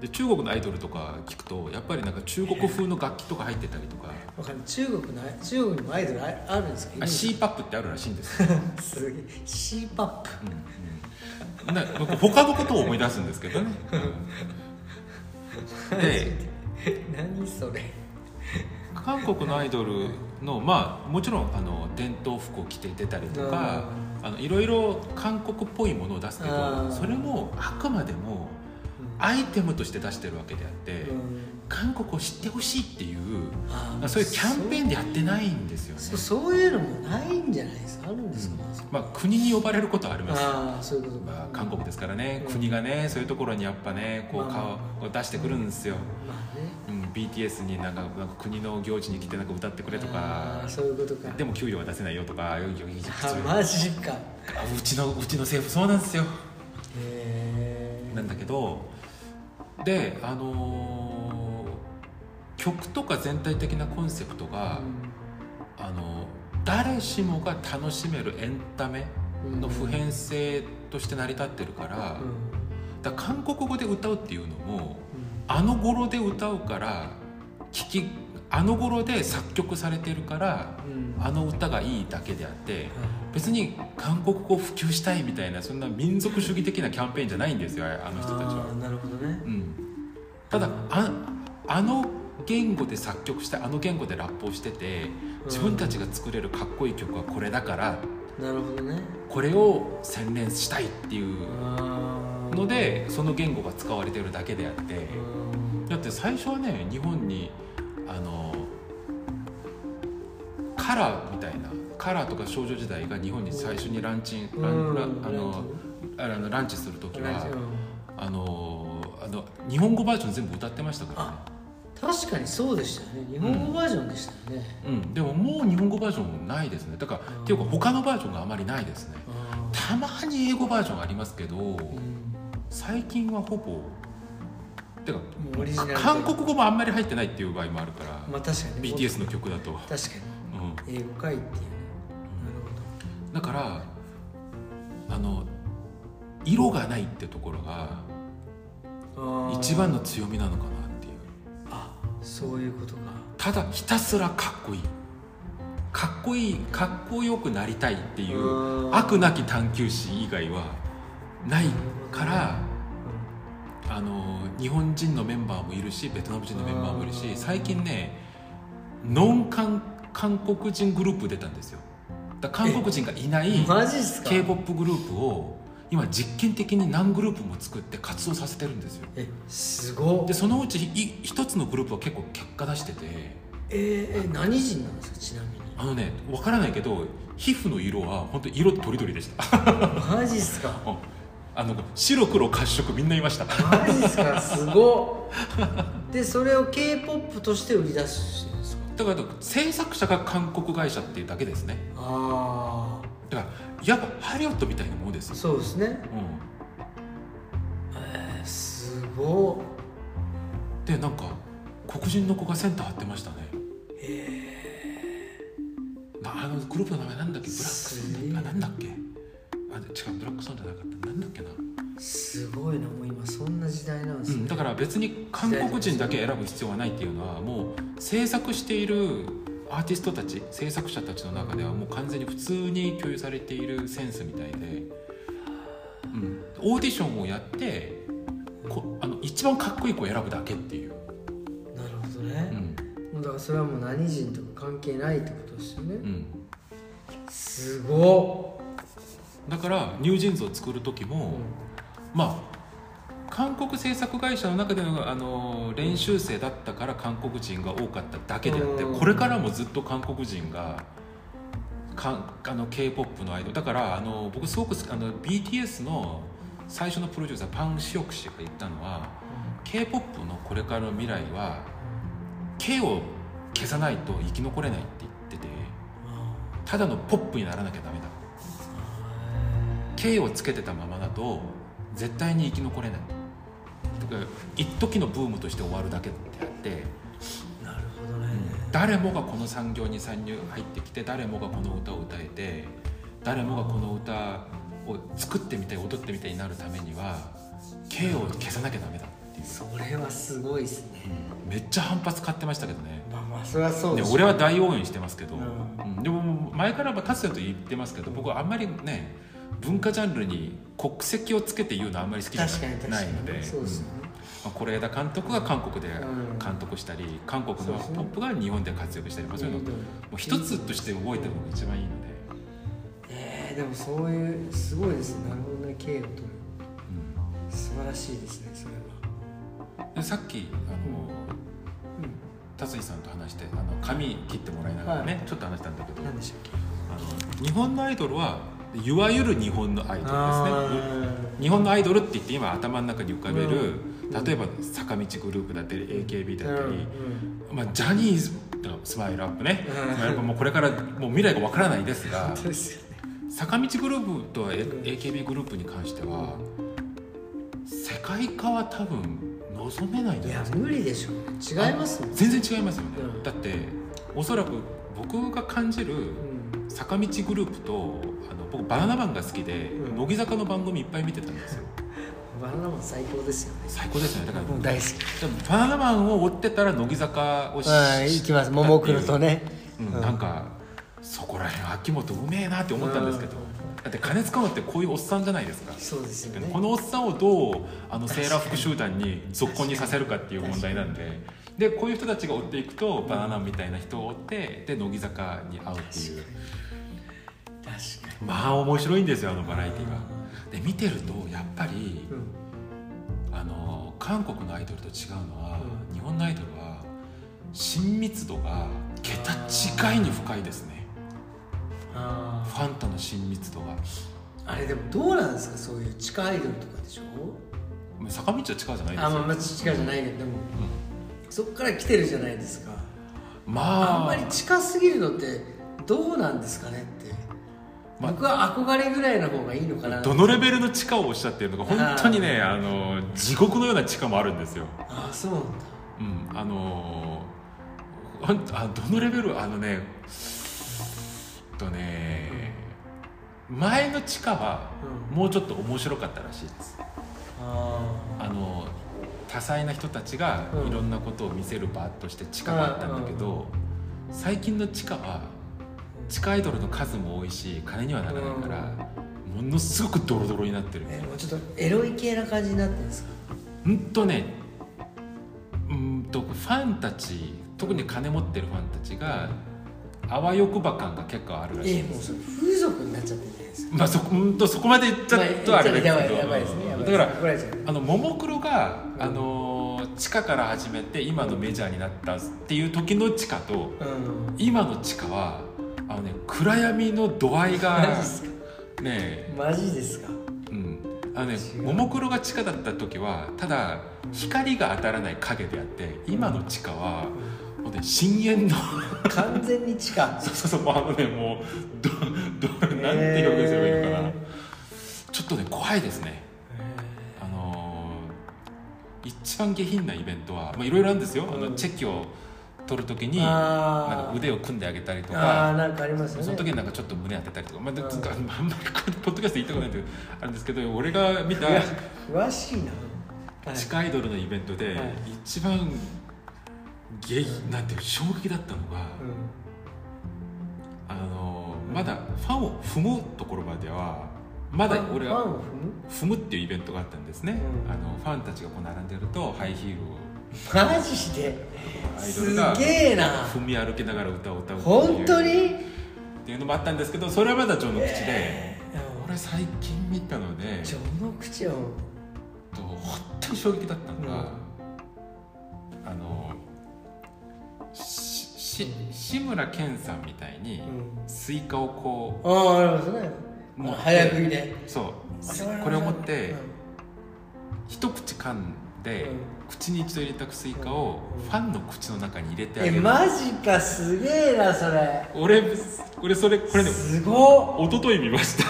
S2: で中国のアイドルとか聞くとやっぱりなんか中国風の楽器とか入ってたりとか
S1: わかんない中国の中国にもアイドルああるんですか
S2: あ CPAP ってあるらしいんですよ、
S1: すげえ C パップ <laughs>
S2: うんうんななんか他のことを思い出すんですけどね、うんで
S1: 何それ
S2: 韓国のアイドルのまあもちろんあの伝統服を着て出たりとかあのいろいろ韓国っぽいものを出すけ
S1: あ
S2: ど
S1: ー
S2: それもあくまでもアイテムとして出してるわけであって韓国を知ってほしいっていう
S1: あ
S2: そういうキャンペーンでやってないんですよね
S1: そうそういうのもないんじゃないですかあるんですか、
S2: まあ国に呼ばれることはあります
S1: ああそういうことか、
S2: まあ、韓国ですからね
S1: うん
S2: 国がねそういうところにやっぱねこう
S1: まあ
S2: 顔を出してくるんですよ、
S1: まあね
S2: うん、BTS になんかなんか国の行事に来てなんか歌ってくれと
S1: あ
S2: か
S1: ーそういうことか
S2: でも給料は出せないよとかよよよ
S1: あマジかへ
S2: あうちのうちの政府そうなんですよ
S1: え
S2: なんだけどであのー曲とか全体的なコンセプトが、あの誰しもが楽しめるエンタメの普遍性として成り立ってるから,、だから韓国語で歌うっていうのもあの頃で歌うから聞きあの頃で作曲されてるからあの歌がいいだけであって別に韓国語を普及したいみたいなそんな民族主義的なキャンペーンじゃないんですよあの人たちは
S1: あ。ーなるほどね
S2: うん、ただああの言語で作曲してあの言語でラップをしてて自分たちが作れるかっこいい曲はこれだから
S1: なるほどね
S2: これを洗練したいっていう
S1: あー
S2: のでその言語が使われてるだけであって
S1: うん
S2: だって最初はね日本にあのカラーみたいなカラーとか少女時代が日本に最初にランチンランランあのあのランチする時
S1: ランチう
S2: は
S1: ん
S2: あのあの日本語バージョン全部歌ってましたからね。
S1: 確かにそうでしたよね日本語バージョンでしたよね、
S2: うん、でももう日本語バージョンもないですねだから、
S1: うん
S2: っていうか他のバージョンがあまりないですね
S1: あ
S2: たまに英語バージョンありますけど、
S1: ーうん
S2: 最近はほぼてか
S1: うオリジナルで
S2: 韓国語もあんまり入ってないっていう場合もあるから、
S1: まあ確かに
S2: BTS の曲だと、
S1: 確か
S2: う
S1: に英語かいっていうねなるほど
S2: ん、だからあの色がないってところが
S1: あー
S2: 一番の強みなのかなっていう
S1: あそういうことか
S2: ただひたすらかっこいいかっこいいかっこよくなりたいっていううん悪なき探求心以外はないからあの日本人のメンバーもいるしベトナム人のメンバーもいるし最近ねノン韓韓国人グループ出たんですよだから韓国人がいない
S1: マジっすか
S2: k p o p グループを今実験的に何グループも作って活動させてるんですよ
S1: えすごっ
S2: でそのうちい一つのグループは結構結果出してて
S1: えー、え何人なんですかちなみに
S2: あのねわからないけど皮膚の色は本当色とりどりでした <laughs>
S1: マジっすか
S2: あの白黒褐色みんないました
S1: マジっすかすごっでそれを k p o p として売り出してるんですか
S2: だから制作者が韓国会社っていうだけですね
S1: あ
S2: だからやっぱハリウッドみたいなものです
S1: あ
S2: よ、
S1: そうですね
S2: う
S1: えー、すごっ
S2: ん、でなんか黒人の子がセンター張ってましたねなあのグループの名前なんだっけブラックソンだっけあなんだっけあ違うブラックソンじゃなかったなんだっけな、
S1: すごいなもう今そんな時代なんで
S2: う
S1: すね、
S2: ん、だから別に韓国人だけ選ぶ必要はないっていうのはもう制作しているアーティストたち制作者たちの中ではもう完全に普通に共有されているセンスみたいで、うん、オーディションをやってこあの一番かっこいい子を選ぶだけっていう、
S1: なるほど
S2: う
S1: ね、
S2: ん
S1: だからそれはもう何人とか関係ないってことですよね、
S2: うん、
S1: すご
S2: だからニュージーンズを作る時
S1: っ、
S2: も、まあ韓国制作会社の中での、あのー練習生だったから韓国人が多かっただけであって
S1: うん
S2: これからもずっと韓国人がかんあの k p o p のアイドルだから、あの僕すごく好きあの BTS の最初のプロデューサーパン・シオク氏が言ったのは k p o p のこれからの未来は K を消さないと生き残れないって言っててただのポップにならなきゃダメだ K をつけてたままだと絶対に生き残れないとか一時のブームとして終わるだけってあって
S1: なるほどね、
S2: 誰もがこの産業に参入入ってきて誰もがこの歌を歌えて誰もがこの歌を作ってみたい踊ってみたいになるためには刑を消さなきゃダメだっていう
S1: それはすごいですね
S2: めっちゃ反発買ってましたけどね
S1: まあまあそれはそう
S2: ね
S1: です、
S2: 俺は大応援してますけど、
S1: うん
S2: うんでももう前からまあ達也と言ってますけど僕はあんまりね文化ジャンルに国籍をつけて言うのはあんまり好きじゃ
S1: 確かに確か
S2: ない
S1: に
S2: ので
S1: そうですね
S2: まあ、是枝監督が韓国で
S1: うん
S2: 監督したり、韓国の
S1: そう
S2: ポ
S1: ですね
S2: ップが日本で活躍したり、まあそういうのもう一つとして覚えてるのが一番いいので、
S1: えー、でもそういうすごいですねなるほどね経営を取る素晴らしいですねそれは
S2: うんでさっきあの、達井さんと話してあの髪切ってもらいながらね、ちょっと話したんだけど
S1: 何でしたっけ
S2: あの日本のアイドルはいわゆる日本のアイドルですね。
S1: ね
S2: 日本のアイドルって言って今頭の中に浮かべる、
S1: うん
S2: 例えば坂道グループだったり AKB だったり、
S1: うん
S2: まあ、ジャニーズだからスマイルアップね、
S1: うん
S2: スマイルアップもうこれからもう未来がわからないですが
S1: 本当ですよね
S2: 坂道グループと A- AKB グループに関しては世界化は多分望めないん
S1: い
S2: じゃない
S1: や
S2: ですか
S1: 無理でしょ違いますもん、うん、
S2: 全然違いますよね、
S1: うん
S2: だっておそらく僕が感じる坂道グループとあの僕バナナマンが好きで、
S1: うん
S2: 乃木坂の番組いっぱい見てたんですよ
S1: バナナマン最高ですよね
S2: 最高ですよねだから
S1: もう大好き
S2: でもバナナマンを追ってたら乃木坂をし
S3: はい行きますももクロと、ね
S2: うんなんかそこら辺秋元うめえなって思ったんですけど、だって金使うのってこういうおっさんじゃないですか、
S1: そうですよね
S2: このおっさんをどうあのセーラー服集団に続行にさせるかっていう問題なんででこういう人たちが追っていくとバナナマンみたいな人を追ってで乃木坂に会うってい
S1: 確か
S2: う
S1: に
S2: まあ面白いんですよあのバラエティが。で見てるとやっぱり、
S1: うん
S2: あの韓国のアイドルと違うのは、日本のアイドルは親密度が桁違いに深いですね
S1: あ
S2: ファンとの親密度が
S1: ーあれでもどうなんですかそういう地下アイドルとかでしょ
S2: 坂道は近いじゃないです
S1: あまあ
S2: よ
S1: まあ地下じゃないけどでも、そっから来てるじゃないですか
S2: ま
S1: あ
S2: あ
S1: んまり近すぎるのってどうなんですかねって、
S2: ま
S1: 僕は憧れぐらいの方がいいのかな
S2: どのレベルの地下をおっしゃってるのか本当にね
S1: あ
S2: あの地獄のような地下もあるんですよ、
S1: ああそうなんだ
S2: うん、あのほんあどのレベルあのねえっとね前の地下は
S1: うん
S2: もうちょっと面白かったらしいです
S1: あ
S2: あの多彩な人たちが
S1: うん
S2: いろんなことを見せる場として地下があったんだけど、最近の地下は地下アイドルの数も多いし金にはならないから、ものすごくドロドロになってる
S1: えもうちょっとエロい系な感じになってるんですか
S2: うんとねうんとファンたち特に金持ってるファンたちがあわよくば感が結構あるらし
S1: え
S2: い
S1: もうそれ風俗になっちゃってるじゃないですか
S2: まあそこうんとそこまで言っちゃうとあれだけど、
S1: まあやばいやばいですねやばい
S2: だから
S1: 怒られちゃう
S2: あのももクロが、あのー地下から始めて今のメジャーになったっていう時の地下と
S1: うん
S2: 今の地下はあのね暗闇の度合いが
S1: <laughs> マジっすか
S2: ね
S1: マジですか
S2: うんあのね
S1: 違う
S2: ももクロが地下だった時はただ光が当たらない影であって今の地下は、もうね深淵の <laughs>
S1: 完全に地下
S2: そうそうそうもうあのねもうどどなんて表現すればいいのかな、
S1: へ
S2: ちょっとね怖いですねあのー一番下品なイベントはまあいろいろあるんですよ、あのチェキを取るときになんか
S1: あー
S2: 腕を組んであげたりと
S1: あ
S2: か
S1: ーなんかありますよね
S2: その時になんかちょっと胸当てたりとか、まあ、でちょっとあんまりこうポッドキャスト言ったことないんであれですけど俺が見た
S1: 詳しいな、はい
S2: 地下アイドルのイベントで
S1: はい
S2: 一番下品なんていう衝撃だったのが、
S1: う
S2: あのーまだファンを踏むところまではまだ
S1: ん、
S2: 俺
S1: ファ
S2: は
S1: ンを踏
S2: 踏むっていうイベントがあったんですね、
S1: うん
S2: あのファンたちがこう並んでるとハイヒールを
S1: むマジで
S2: アイドル
S1: す
S2: が
S1: げえな
S2: 踏み歩きながら歌を歌うっていう
S1: 本当に
S2: っていうのもあったんですけどそれはまだ序の口で、
S1: うん
S2: 俺最近見たので
S1: 序の口はもう
S2: と本当に衝撃だったのが、あのしし志村けんさんみたいに
S1: ん
S2: スイカをこ
S1: ああありますね
S2: う持って
S1: 早食いで
S2: そうこれを持って一口噛んで
S1: うん
S2: 口に一度入れたスイカをファンの口の中に入れてあ
S1: え
S2: げる
S1: マジかすげえなそれ
S2: 俺俺それこれね
S1: すごっ
S2: 一昨日見ました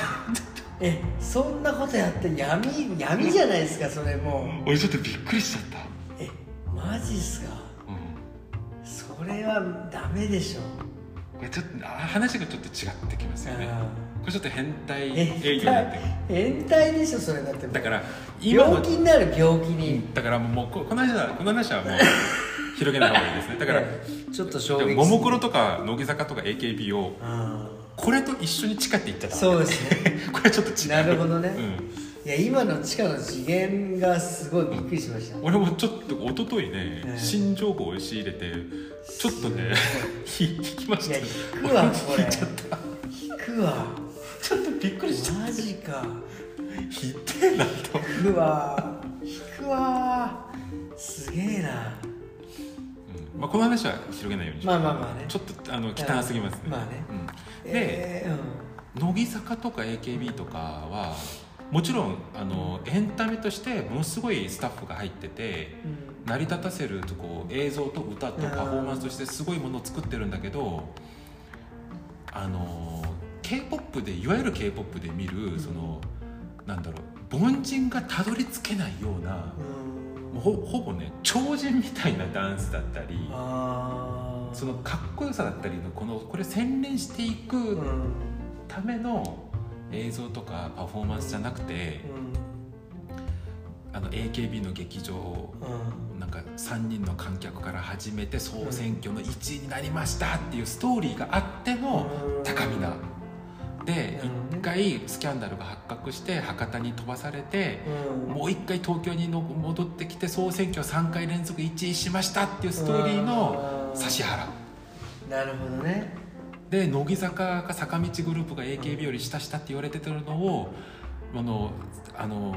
S1: えそんなことやって闇闇じゃないですかそれもう
S2: 俺ちょっとびっくりしちゃった
S1: えマジっすか
S2: うん
S1: そそれはダメでしょ
S2: これちょっとあ話がちょっと違ってきますよね
S1: うん
S2: これちょっと変態営
S1: 変
S2: 業になってく
S1: 態
S2: る
S1: 変態でしょそれだって
S2: だから今の
S1: 病気になる病気に、
S2: だからもうここの話はこの話はもう広げない方がいいですねだから
S4: ちょっと衝撃
S2: でももクロとか乃木坂とか AKB を
S1: あ
S2: これと一緒に地下って言っちゃった
S1: そうですね
S2: <laughs> これちょっと違う
S1: なるほどね
S2: うん
S1: いや今の地下の次元がすごいびっくりしました
S2: 俺もちょっと一昨日ね、
S1: ええ
S2: 新情報を仕入れてちょっとね <laughs> 引きまし
S1: い
S2: た
S1: や
S2: よ
S1: 引くわこ
S2: <laughs>
S1: れ引くわ
S2: ちょっとびっくりしちゃっ
S1: マジか
S2: た引いてえなと
S1: 引くわ引くわすげえな
S2: うんまあ、この話は広げないようにしよう
S1: まあまあまあね
S2: ちょっとあの汚すぎますね、
S1: まあね
S2: うん、で、
S1: えーうん
S2: 乃木坂とか AKB とかはもちろんあのエンタメとしてものすごいスタッフが入ってて成り立たせるとこう映像と歌とパフォーマンスとしてすごいものを作ってるんだけどあの k p o p でいわゆる k p o p で見るそのなんだろう凡人がたどり着けないような
S1: うん
S2: もうほほぼね超人みたいなダンスだったり
S1: あー
S2: そのかっこよさだったりのこのこれ洗練していく、
S1: うんうん
S2: ための映像とかパフォーマンスじゃなくて、あの AKB の劇場を
S1: うん
S2: なんか3人の観客から始めて総選挙の1位になりましたっていうストーリーがあっての
S1: うん
S2: 高見な。で
S1: なるほどね
S2: 1回スキャンダルが発覚して博多に飛ばされて
S1: うん
S2: もう1回東京にの戻ってきて総選挙3回連続1位しましたっていうストーリーの
S1: うん
S2: 指原
S1: なるほどね
S2: で乃木坂か坂道グループが AKB より下下って言われてるのを、あのあの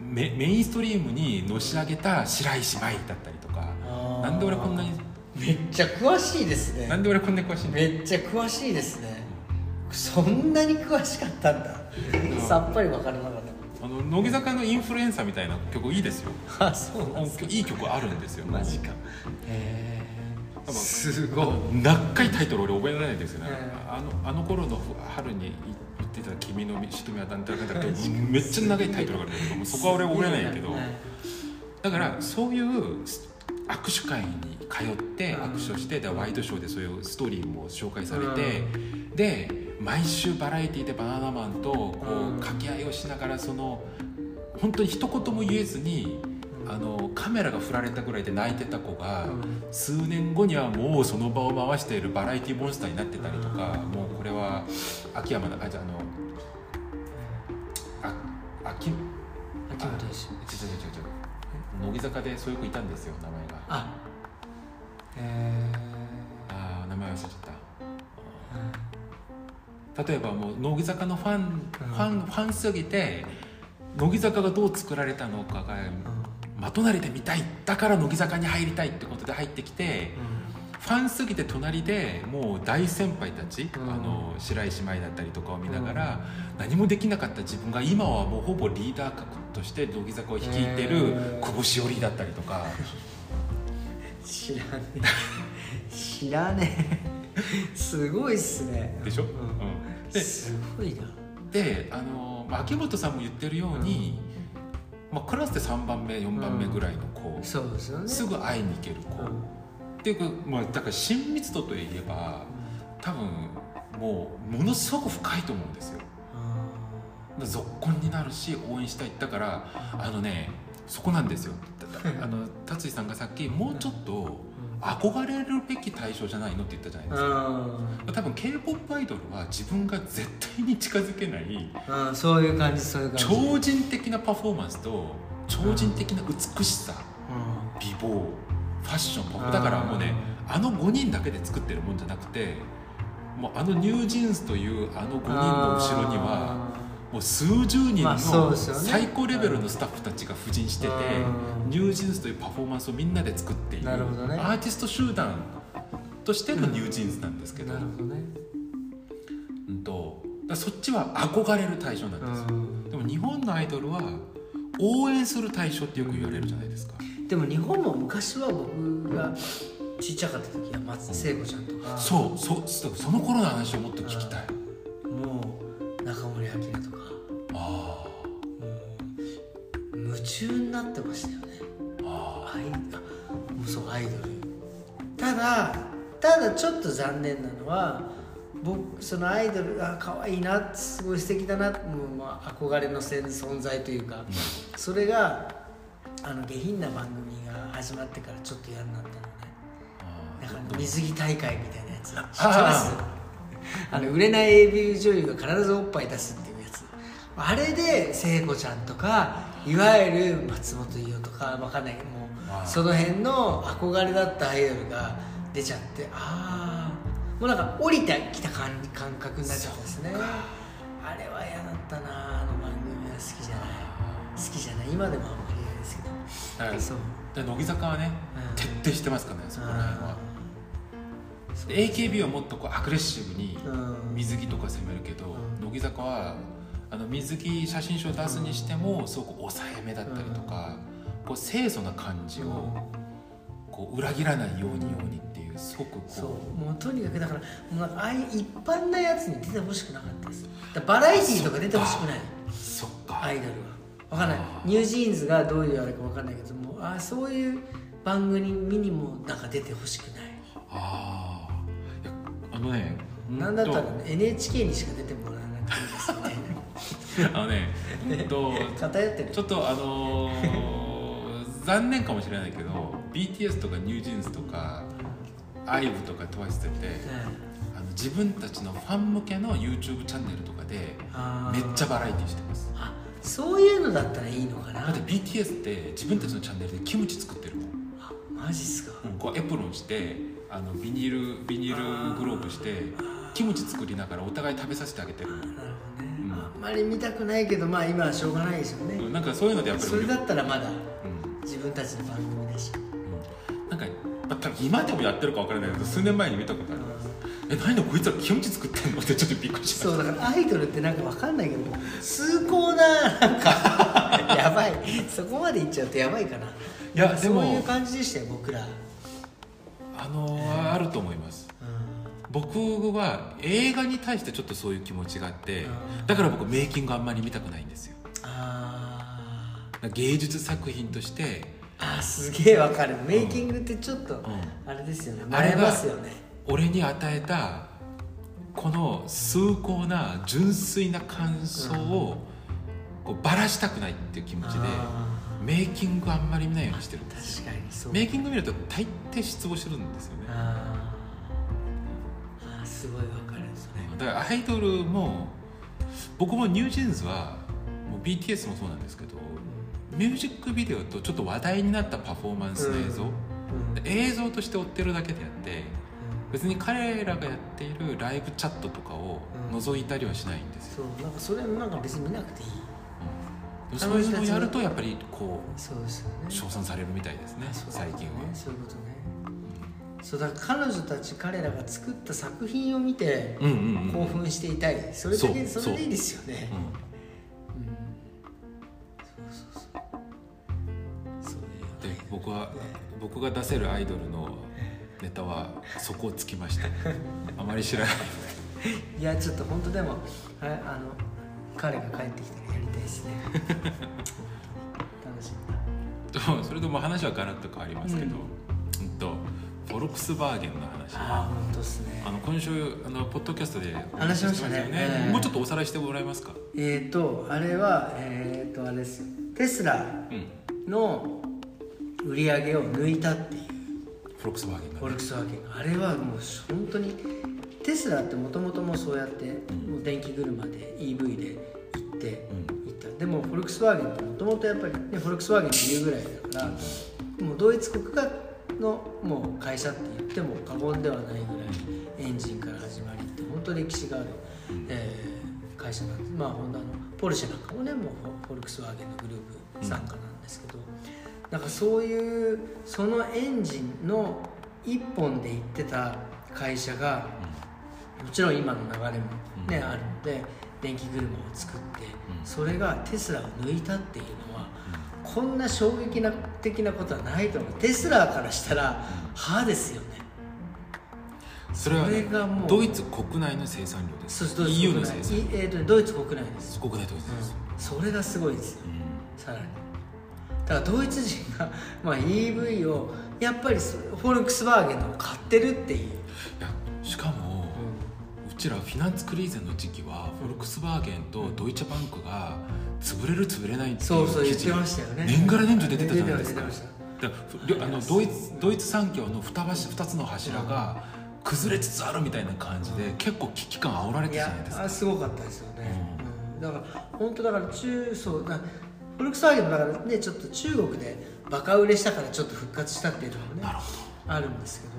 S2: メメインストリームにのし上げた白石麻衣だったりとか
S1: あー
S2: なんで俺こんなに
S1: めっちゃ詳しいです
S2: な
S1: ね
S2: んで俺こんなに詳しいんだ
S1: めっちゃ詳しいですねそんなに詳しかったんださっぱり分からなかっ
S2: あの乃木坂のインフルエンサーみたいな曲いいですよ
S1: たあそうなんですか
S2: いい曲あるんですよマジか
S1: へえ
S2: 分
S1: すごい
S2: 何回タイトル俺覚えられないですよね、
S1: ええ
S2: あのあの頃の春に言ってた「君の瞳は団体だったけどめっちゃ長いタイトルがあるんだけどもうそこは俺覚えられないけど、
S1: はい
S2: だからそういう握手会に通って
S1: うん
S2: 握手をして、でワイドショーでそういうストーリーも紹介されて、で毎週バラエティでバナナマンとこ
S1: うん
S2: う掛け合いをしながらその本当に一言も言えずにあのカメラが振られたぐらいで泣いてた子が。
S1: うん
S2: 数年後にはもうその場を回しているバラエティモンスターになってたりとか、もうこれは秋山のあじゃああのあ秋
S1: 秋元氏
S2: 違う違う違う違う乃木坂でそういう子いたんですよ名前があ
S1: あえ
S2: あー名前忘れちゃった例えばもう乃木坂のファン、ファンファンすぎて乃木坂がどう作られたのかが、まとなりで見たいだから乃木坂に入りたいってことで入ってきて、ファンすぎて隣でもう大先輩たち、
S1: うん
S2: あの白石麻衣だったりとかを見ながら、何もできなかった自分が今はもうほぼリーダー格として乃木坂を率いてる久保史緒里だったりとか。
S1: 知らねえ知らねえすごいっすね
S2: でしょ、
S1: うん
S2: です
S1: ごいな
S2: であの、まあ、秋元さんも言ってるように、まあ、クラスで3番目4番目ぐらいの子、
S1: そうですよね
S2: すぐ会いに行ける子、
S1: うん
S2: っていうか、まあ、だから親密度といえば多分もうものすごく深いと思うんですよ
S1: あ
S2: だからぞっこんになるし応援したいだからあのねそこなんです
S1: <laughs>
S2: よだあの達井さんがさっきもうちょっと憧れるべき対象じゃないのって言ったじゃな
S1: ー
S2: いですか
S1: うん
S2: 多分 k p o p アイドルは自分が絶対に近づけない
S1: うん、そういう感じそういう感じ
S2: 超人的なパフォーマンスと超人的な美しさ、
S1: うん
S2: 美貌ファッションパフだからもうねあの5人だけで作ってるもんじゃなくてもうあのニュージーンズというあの5人の後ろにはもう数十人
S1: まあそう
S2: の
S1: ですよね
S2: 最高レベルのスタッフたちが布陣してて
S1: うん
S2: ニュージーンズというパフォーマンスをみんなで作っているア
S1: なるほどね
S2: ーティスト集団としてのニュージーンズなんですけ
S1: あー
S2: ど、
S1: なるほどね
S2: うんとだからそっちは憧れる対象なんですよ
S1: う
S2: でも日本のアイドルは応援する対象ってよく言われるじゃないですか、
S1: んでも日本も昔は僕がちっちゃかった時は松聖子ちゃんとか
S2: そうそうそうその頃の話をもっと聞きたい、
S1: もう中森明菜とか
S2: あ
S1: うん夢中になってましたよね
S2: あああ
S1: アイあもうそうアイドルただだただちょっと残念なのは僕そのアイドルあ可愛いなすごい素敵だなもう、まあ、憧れのせん存在というかそれがあの下品な番組が始まってからちょっと嫌になったのね
S2: あ
S1: だ
S2: ー
S1: から水着大会みたい
S2: <laughs>
S1: なやつ知ってます
S5: あ
S1: あの売れない AV 女優が必ずおっぱい出すっていうやつあれで聖子ちゃんとかいわゆる松本伊代とかわかんないけども
S2: あ
S1: う
S2: あ
S1: その辺の憧れだったアイドルが出ちゃってああもうなんか降りてきた感感覚になっちゃったんですねあれは嫌だったなあの番組は好きじゃない好きじゃない今でもあんまり嫌ですけど
S2: だから
S1: そう
S2: で乃木坂はね、
S1: うん
S2: 徹底してますからねそこら辺はで AKB はもっとこうアグレッシブに
S1: うん
S2: 水着とか攻めるけど、
S1: うん
S2: 乃木坂はあの水着写真集を出すにしてもすごく抑えめだったりとか、こう清楚な感じをこう裏切らないようにようにっていうすごくこう
S1: そうもうとにかくだからもうなんかああいう一般なやつに出てほしくなかったですだからバラエティーとか出てほしくない
S2: そっか、
S1: アイドルは分かんない
S2: あー
S1: ニュージーンズがどういうあれか分かんないけどもああそういう番組にもなんか出てほしくない、
S2: ああいやあのね
S1: なんだったら
S2: うん
S1: ね NHK にしか出てもらわなくていいですよね
S2: <laughs> とあのねうんと
S1: 偏ってる
S2: ちょっとあのー残念かもしれないけど BTS とかニュージーンズとか IVE とか TWICE ってあの自分たちのファン向けの YouTube チャンネルとかで
S1: あ
S2: め
S1: ー
S2: っちゃバラエティーしてます
S1: あそういうのだったらいいのかな
S2: だって BTS って自分たちのチャンネルでキムチ作ってるもん
S1: あマジっすか
S2: こうエプロンしてあのビニールビニールグローブしてキムチ作りながらお互い食べさせてあげてるもん
S1: なるほどね、
S2: うん
S1: あんまり見たくないけどまあ今はしょうがないですよね、
S2: うんなんかそういうのでやっぱり
S1: それだったらまだ
S2: うん
S1: 自分たちの番組だし、
S2: うんなんかまあ多分今でもやってるか分からないけど数年前に見たことあるえ何だこいつらキムチ作ってんのってちょっとびっくりし
S1: そ
S2: ま
S1: う
S2: した
S1: だからアイドルってなんかわかんないけど崇高ななんか <laughs> やばいそこまでいっちゃうとやばいかない
S2: いやでも
S1: そういう感じでしたよ僕ら、うん、
S2: <laughs> あのーあると思います僕は映画に対してちょっとそういう気持ちがあって
S1: うん
S2: だから僕メイキングあんまり見たくないんですよ
S1: あー
S2: 芸術作品として
S1: あーすげえわかるメイキングってちょっと、
S2: ん
S1: あれですよね
S2: あ
S1: 慣
S2: れが
S1: れますよね
S2: 俺に与えたこの崇高な純粋な感想をこうバラしたくないっていう気持ちで
S1: あ
S2: メイキングあんまり見ないようにしてるん
S1: ー
S2: ですよ
S1: 確かにそう
S2: メイキング見ると大抵失望してるんですよね
S1: あーあーすごいわかるそれ
S2: だからアイドルも僕もニュージーンズはもう BTS もそうなんですけどミュージックビデオとちょっと話題になったパフォーマンスの映像、
S1: うん
S2: で映像として追ってるだけであって別に彼らがやっているライブチャットとかを
S1: うん
S2: 覗いたりはしないんですよ、
S1: そうなんかそれもなんか別に見なくていい
S2: うんでもそういうのをやるとやっぱりこ
S1: そうですよね
S2: う称賛されるみたいですね
S1: そう
S2: 最近は
S1: そういうことねそうだから彼女たち彼らが作った作品を見て
S2: うんうんうん
S1: 興奮していたり、それだけ
S2: そ
S1: そうれでいいですよね
S2: うん
S1: そうそう
S2: で
S1: ね
S2: 僕は僕が出せるアイドルのネタはそこをつきましたあまり知らない <laughs>
S1: いやちょっと本当でもあれあの彼が帰ってきたらやりたいですね楽しみだ
S2: とそれとも話はガラッと変わりますけど、うんとフォルクスバーゲンの話
S1: ああ本当っすね
S2: あの今週あのポッドキャストで
S1: 話しましたね
S2: よ
S1: ええ
S2: もうちょっとおさらいしてもらえますか
S1: えっ、ー、とあれはえっ、ー、とあれですよテスラ
S2: うん
S1: の売り上げを抜いたっていう
S2: フォルクスバーゲン
S1: フォ
S2: が、ね
S1: ルクスワーゲンあれはもう本当にテスラってもともともうそうやってもう電気車で EV で行って行った、でもフォルクスワーゲンってもともとやっぱり、ね、フォルクスワーゲンっていうぐらいだからもうドイツ国がのもう会社って言っても過言ではないぐらいエンジンから始まりって本当歴史がある、えー会社なんですまあホンダのポルシェなんかもねもうフォルクスワーゲンのグループ傘下なんですけど、なんかそういうそのエンジンの一本で行ってた会社がもちろん今の流れもね、あるので電気車を作って、
S2: うん
S1: それがテスラを抜いたっていうのは、こんな衝撃な的なことはないと思うテスラからしたら歯ですよね
S2: それは、
S1: そ
S2: ね
S1: れがもう、
S2: ドイツ国内の生産量です
S1: そうドイツ
S2: EU
S1: 国
S2: の
S1: 内
S2: 生産量
S1: いえーとドイツ国内です、
S2: 国内ドイツです、
S1: それがすごいですよ
S2: うん
S1: さらにだからドイツ人が、まあ、EV をやっぱりそフォルクスワーゲンのを買ってるっていう
S2: いやしかも、うちらフィナンツクリーゼの時期はフォルクスワーゲンとドイツバンクが潰れる潰れないっていう記事
S1: そうそう言ってましたよね
S2: 年がら年中出てたじゃないですか
S1: 出てました出て
S2: だからりょあのドイツドイツ産業の二柱二つの柱が崩れつつあるみたいな感じで、結構危機感煽られ
S1: い
S2: てたじゃ
S1: や
S2: ないですか
S1: あすごかったですよね、うんだから本当だから中そうだフォルクスワーゲンもだからねちょっと中国でバカ売れしたからちょっと復活したっていうのもね
S2: なるほ
S1: あるんですけど、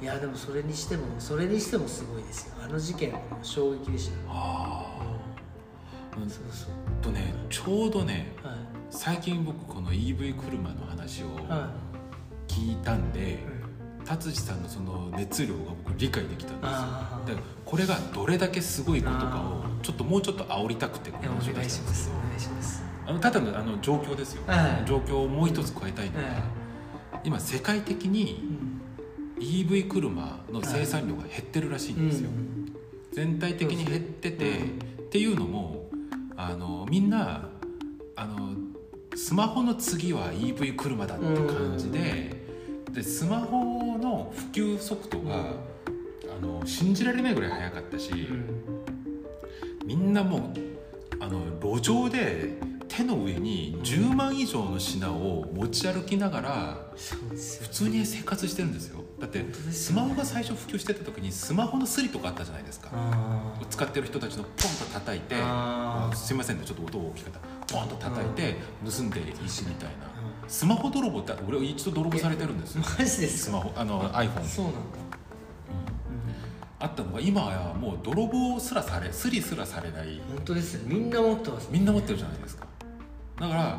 S1: いやでもそれにしてもそれにしてもすごいですよあの事件は衝撃でした
S2: ああうん
S1: そうそう
S2: とねちょうどね
S1: はい
S2: 最近僕この EV 車の話を
S1: は
S2: 聞いたんで、
S1: い、うん
S2: 達治さんのその熱量が僕理解できたんですよ
S1: あー
S2: だからこれがどれだけすごいことかをちょっともうちょっと煽りたくてこ
S1: いや
S2: の
S1: お
S2: 話を
S1: 願
S2: 出
S1: い
S2: し
S1: した
S2: ん
S1: ま
S2: で
S1: す
S2: すけど
S1: お願いします
S2: あのただのあの状況ですよ、
S1: はい
S2: 状況をもう一つ加えたいのが、
S1: はい
S2: 今世界的
S1: う
S2: に
S1: ん
S2: EV 車の生産量が減ってるらしいんですよ、
S1: うん
S2: 全体的に減ってて、っていうのもあのみんなあのスマホの次は EV 車だって感じで,、でスマホの普及速度が、あの信じられないぐらい速かったし、
S1: うん
S2: みんなもうあの路上で手の上に10万以上の品を持ち歩きながら
S1: そうです
S2: 普
S1: よ
S2: 通に生活してるんですよだって
S1: 当です
S2: ス
S1: よ
S2: マホが最初普及してた時にスマホのスリとかあったじゃないですか
S1: あ
S2: 使ってる人たちのポンと叩いて
S1: あー
S2: すいませんねちょっと音大きかったポンと叩いて盗んで石みたいなスマホ泥棒って俺一度泥棒されてるんですよ
S1: ーマジです
S2: ス
S1: か
S2: マホあの iPhone
S1: そうなんだ、
S2: あったのが今はもう泥棒すらされスリすらされない
S1: うん、本当ですよみんな持ってます
S2: みんな持ってるじゃないですかだから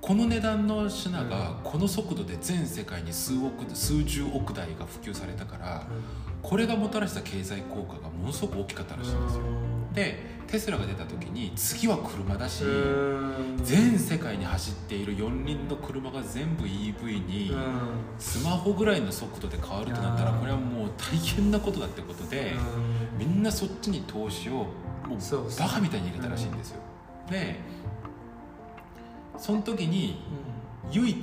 S2: この値段の品がこの速度で全世界に数億数十億台が普及されたからこれがもたらした経済効果がものすごく大きかったらしいんですよでテスラが出た時に次は車だし
S1: うん
S2: 全世界に走っている四輪の車が全部 EV に
S1: うん
S2: スマホぐらいの速度で変わるとなったら
S1: うん
S2: これはもう大変なことだってことで
S1: うん
S2: みんなそっちに投資をも
S1: そう
S2: う
S1: そう
S2: バカみたいに入れたらしいんですよでその時に唯一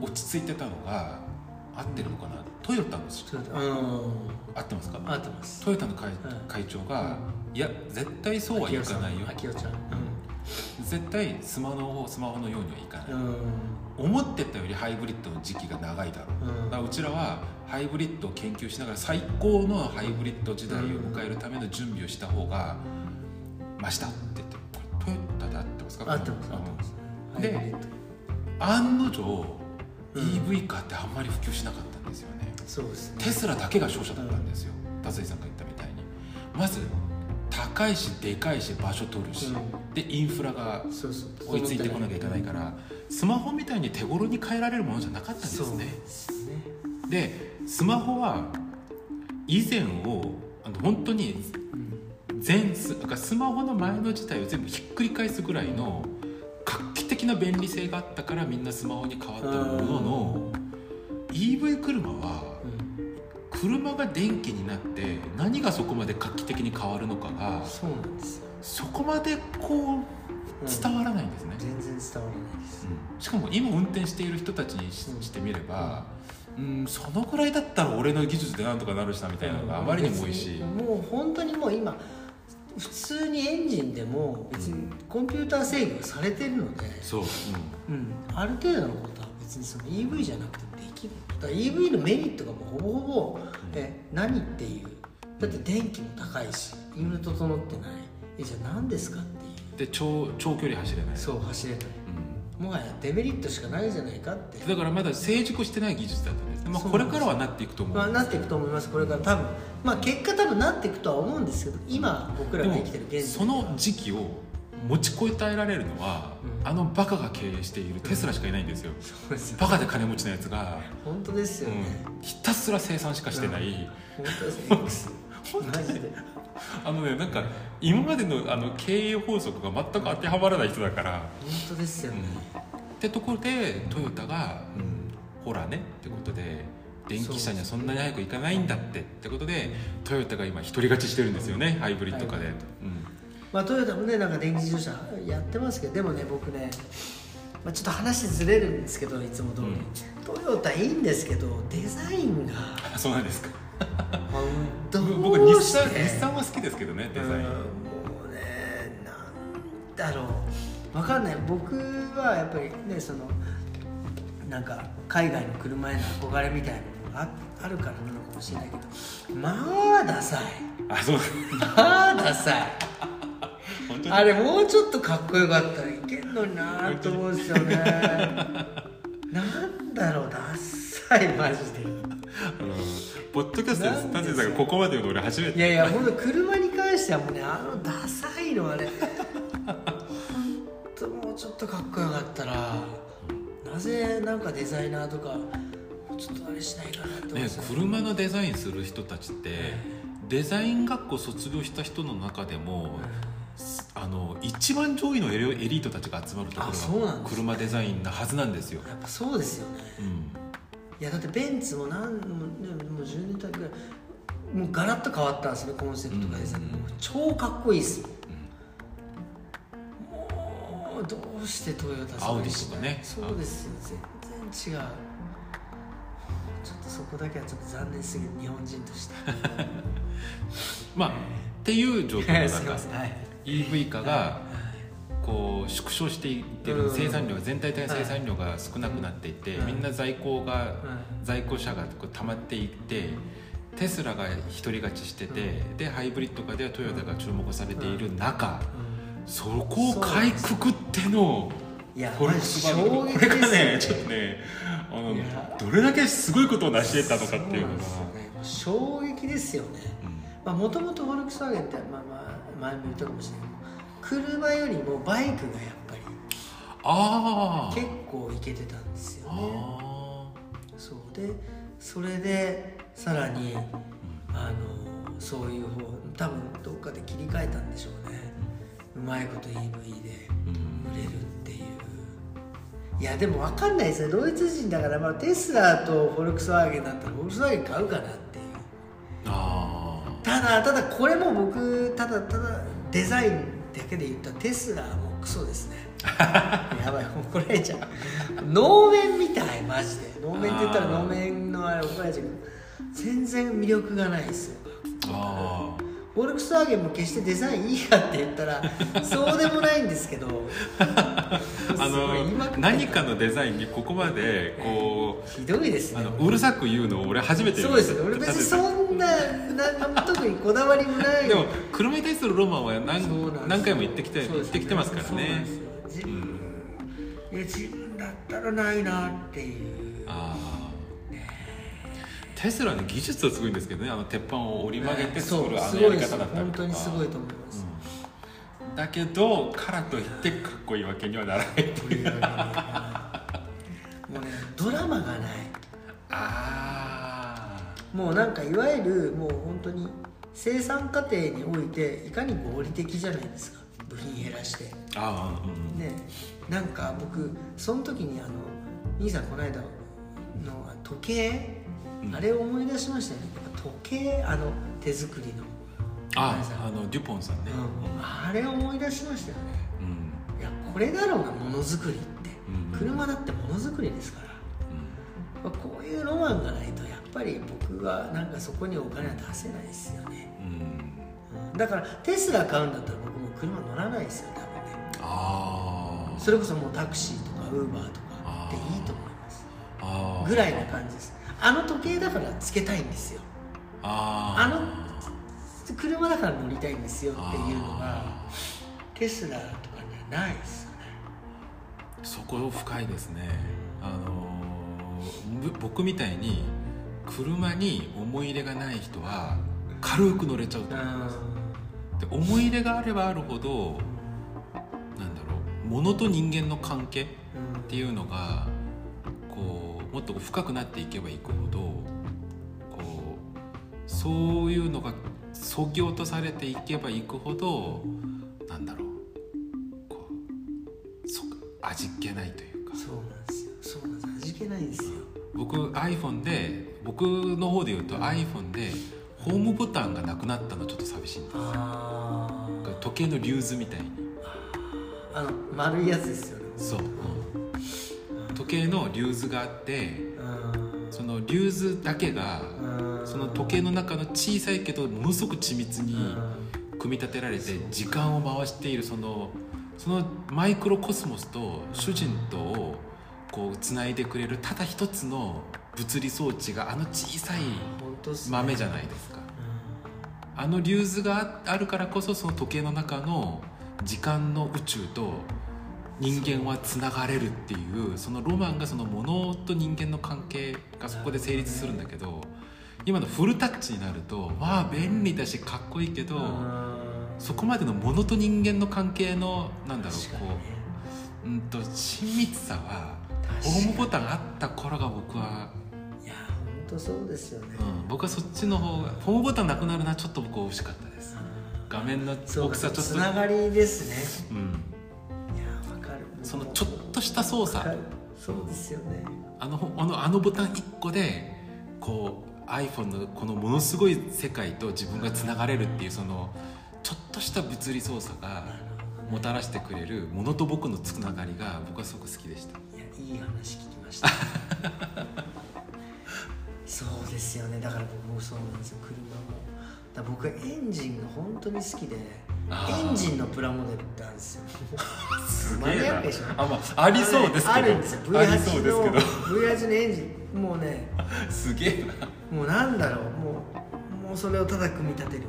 S2: 落ち着いてたのが合ってるのかなトヨタの
S1: ちょっとうん
S2: 合ってますか
S1: 合ってます
S2: トヨタの会,、
S1: ん
S2: 会長がいや絶対そうはいかないよ
S1: 秋代ちゃん
S2: 絶対スマホの方スマホのようにはいかない、
S1: うん
S2: 思ってたよりハイブリッドの時期が長いだろう
S1: うん
S2: だからうちらはハイブリッドを研究しながら最高のハイブリッド時代を迎えるための準備をした方がましたって言ってこれトヨタで合ってますか
S1: 合ってます
S2: こ
S1: 合
S2: の
S1: ってます
S2: で
S1: ハイブリッド
S2: 案の定 EV カーってあんまり普及しなかったんですよね、
S1: そうですね
S2: テスラだけが勝者だったんですよ達井さんが言ったみたいにまず高いしでかいし場所取るし、
S1: う
S2: でインフラが
S1: そうそう
S2: 追いついてこなきゃいけないからスマホみたいに手頃に変えられるものじゃなかったんです
S1: そう
S2: ね
S1: ですね
S2: でスマホは以前をあの本当に全スだからスマホの前の時代を全部ひっくり返すぐらいの画期的な便利性があったからみんなスマホに変わったものの EV 車は
S1: うん
S2: 車が電気になって何がそこまで画期的に変わるのかが
S1: そうなんですよ
S2: そこまでこう伝わらないんですね、
S1: 全然伝わらないです
S2: しかも今運転している人たちにししてみれば、うん、そのぐらいだったら俺の技術でなんとかなるしなみたいなのがあまりにも多いし、
S1: 別にもう本当にもう今普通にエンジンでも別にコンピューター制御されてるので、
S2: そう、
S1: うん、ある程度のことは別にその EV じゃなくてもできるだから EV のメリットがもうほぼほぼ、え何っていうだって電気も高いしインフラ整ってないえじゃあ何ですかっていう
S2: うん、で長長距離走れない、
S1: そう走れない
S2: うん、
S1: もはやデメリットしかないじゃないかって
S2: だからまだ成熟してない技術だったんです、まあ、
S1: そう
S2: これからはなっていくと思う
S1: まあ、なっていくと思いますこれから多分まあ結果多分なっていくとは思うんですけど今僕ら
S2: で
S1: が
S2: も
S1: 生きてる現在
S2: その時期を持ちこたえられるのは、
S1: うん
S2: あのバカが経営しているテスラしかいないんですよ、
S1: そうですよ
S2: バカで金持ちのやつが、
S1: 本当です
S2: う
S1: よね、
S2: ん、ひたすら生産しかしてない、
S1: 本当ですね X マジで
S2: あのねなんか今までのあの経営法則が全く当てはまらない人だから、
S1: 本当ですよね、
S2: ってところでトヨタが、うん、ほらねってことで電気車にはそんなに早く行かないんだってってことでトヨタが今独り勝ちしてるんですよね、ハイブリッド化で、
S1: まあトヨタもねなんか電気自動車やってますけどでもね僕ねまあ、ちょっと話ずれるんですけどいつも通り、
S2: うん
S1: トヨタいいんですけどデザインが
S2: あそうなんですか
S1: どうして
S2: 僕日産日産は好きですけどねデザイ
S1: う
S2: ン
S1: んもうねなんだろうわかんない僕はやっぱりねそのなんか海外の車への憧れみたいなのがああるからなのかもしれないけどまあダサい
S2: あそう
S1: まあダサい
S2: 本当に
S1: あれもうちょっとかっこよかったらいけんのになと思うんですよねなんだろうダッサいマジで
S2: あのポッドキャストで舘さんがここまで言うの俺初め
S1: い
S2: て
S1: やいやほんと車に関してはもうねあのダサいのはねほんともうちょっとかっこよかったらなぜなんかデザイナーとかちょっとあれしないかなって思うんで
S2: ね
S1: すよ、
S2: 車のデザインする人たちってデザイン学校卒業した人の中でもあの一番上位のエリエリートたちが集まるとこ
S1: あそう
S2: ろ
S1: なん
S2: が
S1: です
S2: 車デザインなはずなんですよ、
S1: やっぱそうですよね
S2: うん、
S1: いやだってベンツもなんもうねもう10年間ぐらいもうガラッと変わったんですねコンセプトがですね、
S2: うん
S1: もう超かっこいいっすよ、もうどうしてトヨタさん
S2: アウディとかね
S1: そうですよ全然違うちょっとそこだけはちょっと残念すぎる日本人として
S2: まあっていう状況の
S1: <laughs> すいま
S2: 中
S1: せんはい
S2: EV 化がこう縮小していってる
S1: うん
S2: 生産量が全体的な生産量が少なくなっていって
S1: うん
S2: みんな在庫が
S1: う
S2: 在庫車がこう溜まっていってテスラが独り勝ちしててでハイブリッド化ではトヨタが注目されている中そこをかいくくっての
S1: いや
S2: フォルクスワー
S1: まあ衝
S2: ゲン
S1: 撃
S2: こ
S1: で
S2: れ
S1: す
S2: が
S1: よね
S2: ねちょっとねあの
S1: いや
S2: どれだけすごいことを成し得たのかっていうのが
S1: そうなんですよね衝撃ですよねまあもともとフォルクスワーゲンって、まあまあ、前も言ったかもしれないけど車よりもバイクがやっぱり
S2: あー
S1: 結構いけてたんですよね
S2: あ
S1: そうでそれでさらにあのそういう方多分どっかで切り替えたんでしょうねうまいこと EV で
S2: ーうん
S1: 売れるっていういやでも分かんないですねドイツ人だから、まあ、テスラとフォルクスワーゲンだったらフォルクスワーゲン買うかなっていう
S2: あー
S1: ただただこれも僕ただただデザインだけで言ったらテスラもクソ
S2: <laughs>
S1: ですねやばい怒られちゃう能面みたいマジで能面って言ったら
S2: あー
S1: 能面のあれ怒られちゃうけど全然魅力がないですよ
S2: あー
S1: フォルクスワーゲンも決してデザインいいやって言ったらそうでもないんですけど
S2: <laughs> あ
S1: すごい今
S2: の何かのデザインにここまでこ
S1: ひどいです
S2: う
S1: ね
S2: あのうるさく言うの俺初めて
S1: そうですね俺別にそ
S2: うん
S1: なな特にこだわりもない
S2: でも車に対するロマンは何
S1: そうなんですよ
S2: 何回も言ってきて
S1: そう
S2: 言
S1: で
S2: っ
S1: す
S2: てきてますから
S1: そうなん
S2: ね
S1: ですよ自分、いや自分だったらないなっていう
S2: あーテスラの技術はすごいんですけどねあの鉄板を折り曲げて作るあのやり方だったり
S1: 本
S2: と
S1: 当
S2: か
S1: にすごいと思います、
S2: だけどからといってかっこいいわけにはならないという
S1: もうねドラマがない
S2: あ
S1: もうなんかいわゆるもう本当に生産過程においていかに合理的じゃないですか部品減らしてね
S2: ーあーうん
S1: なんか僕その時にあの兄さんこの間の時計、
S2: うん
S1: あれを思い出しましたよねやっぱ時計あの手作りの
S2: あーあのデュポンさんね
S1: あれ思い出しましたよね
S2: うんうん
S1: いやこれだろうなものづくりって
S2: うん
S1: 車だってものづくりですから
S2: うん
S1: まあこういうロマンがないとやっぱり僕はなんかそこにお金は出せないですよね
S2: うん
S1: うんだからテスラ買うんだったら僕もう車乗らないですよ多分ね
S2: あー
S1: それこそもうタクシーとかウーバーとかでいいと思います
S2: あー
S1: ぐらいな感じですあの時計だからつけたいんですよ
S2: あー
S1: あの車だから乗りたいんですよっていうのがテスラとかにはないですよね
S2: そこ深いですねあのーぶ僕みたいに車に思い入れがない人は軽く乗れちゃうと思うで思い入れがあればあるほどなんだろう物と人間の関係っていうのがこうもっと深くなっていけばいくほどこうそういうのがそぎ落とされていけばいくほどなんだろうこうそ味っ気ないというか
S1: そうなんですよそうなんです味気ないんですよ
S2: 僕 iPhone で僕の方で言うと iPhone でホームボタンがなくなったのちょっと寂しいんです
S1: あ
S2: 時計のリューズみたいに
S1: あの丸いやつですよね
S2: そう、時計のリューズがあって
S1: うん
S2: そのリューズだけが
S1: うん
S2: その時計の中の小さいけどものすごく緻密に
S1: う
S2: 組み立てられて時間を回しているそのそのマイクロコスモスと主人とをこうつないでくれるただ一つの物理装置があの小さい
S1: ん本当っすね
S2: 豆じゃないですか
S1: うん
S2: あのリューズがああるからこそその時計の中の時間の宇宙と人間はつながれるっていうそのロマンがその物と人間の関係がそこで成立するんだけど今のフルタッチになるとまあ便利だしかっこいいけど
S1: うん
S2: そこまでの物と人間の関係のなんだろ
S1: 確
S2: う
S1: か
S2: こ
S1: にね
S2: ううんと親密さは
S1: 確か
S2: ホ
S1: に
S2: ームボタンがあった頃が僕は、
S1: いや本当そうですよね
S2: うん、僕はそっちの方がホームボタンなくなるのはちょっと僕は惜しかったです画面の大きさち
S1: そ
S2: ょ
S1: うか
S2: っと
S1: つながりですね
S2: うん、
S1: いやわかる
S2: そのちょっとした操
S1: わか
S2: 作
S1: るそうですよね
S2: あのあのあのボタン1個でこう iPhone のこのものすごい世界と自分がつながれるっていうそのちょっとした物理操作がもたらしてくれるものと僕のつながりが僕はすごく好きでした
S1: いやいい話聞きました <laughs> そうですよねだから僕もそうなんですよ車もだから僕はエンジンが本当に好きで
S2: あー
S1: エンジンのプラモデルってあるんですよ
S2: す
S1: マニアックでしょ
S2: あ,、ま <laughs> あ、ありそうですけど
S1: あるんですよ V8
S2: ありそうですけ
S1: の
S2: ど
S1: V8 のエンジンもうね
S2: すげえな
S1: もうなんだろうもうもうそれをただ組み立てる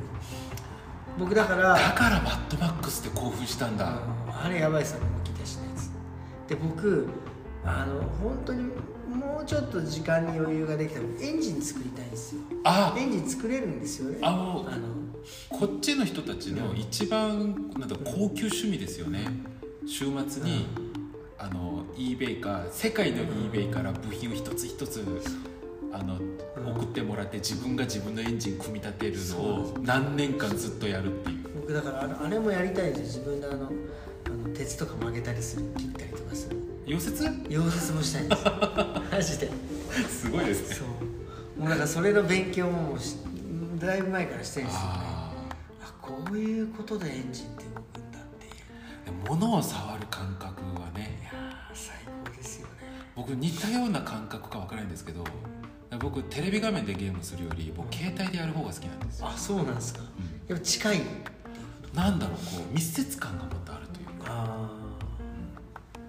S1: 僕だから
S2: だからマッドマックスって興奮したんだ、
S1: あれやばいっすよ動き出しのやつで僕あの本当にもうちょっと時間に余裕ができたらエンジン作りたいんですよ
S2: あ
S1: エンジン作れるんですよね
S2: あの
S1: あの
S2: こっちの人たちの一番なんだ高級趣味ですよね週末に、あの eBay か世界の eBay から部品を一つ一つあの送ってもらって自分が自分のエンジン組み立てるのを何年間ずっとやるっていう
S1: 僕だからあのあれもやりたいんですよ自分であのあの鉄とか曲げたりする切ったりとかする
S2: 溶接
S1: 溶接もしたいん
S2: <laughs>
S1: ですよマジです
S2: ごいですね
S1: そうもうだからそれの勉強ももうしだいぶ前からしてるんですよね
S2: あ
S1: あこういうことでエンジンって動くんだっていう
S2: ーで物を触る感覚はね
S1: あー最高ですよね
S2: 僕似たような感覚かわからないんですけど僕テレビ画面でゲームするより僕携帯でやる方が好きなんですよ
S1: あそうなんですか、
S2: ん
S1: でも近い
S2: なんだろうこう密接感がもっとあるというか
S1: あ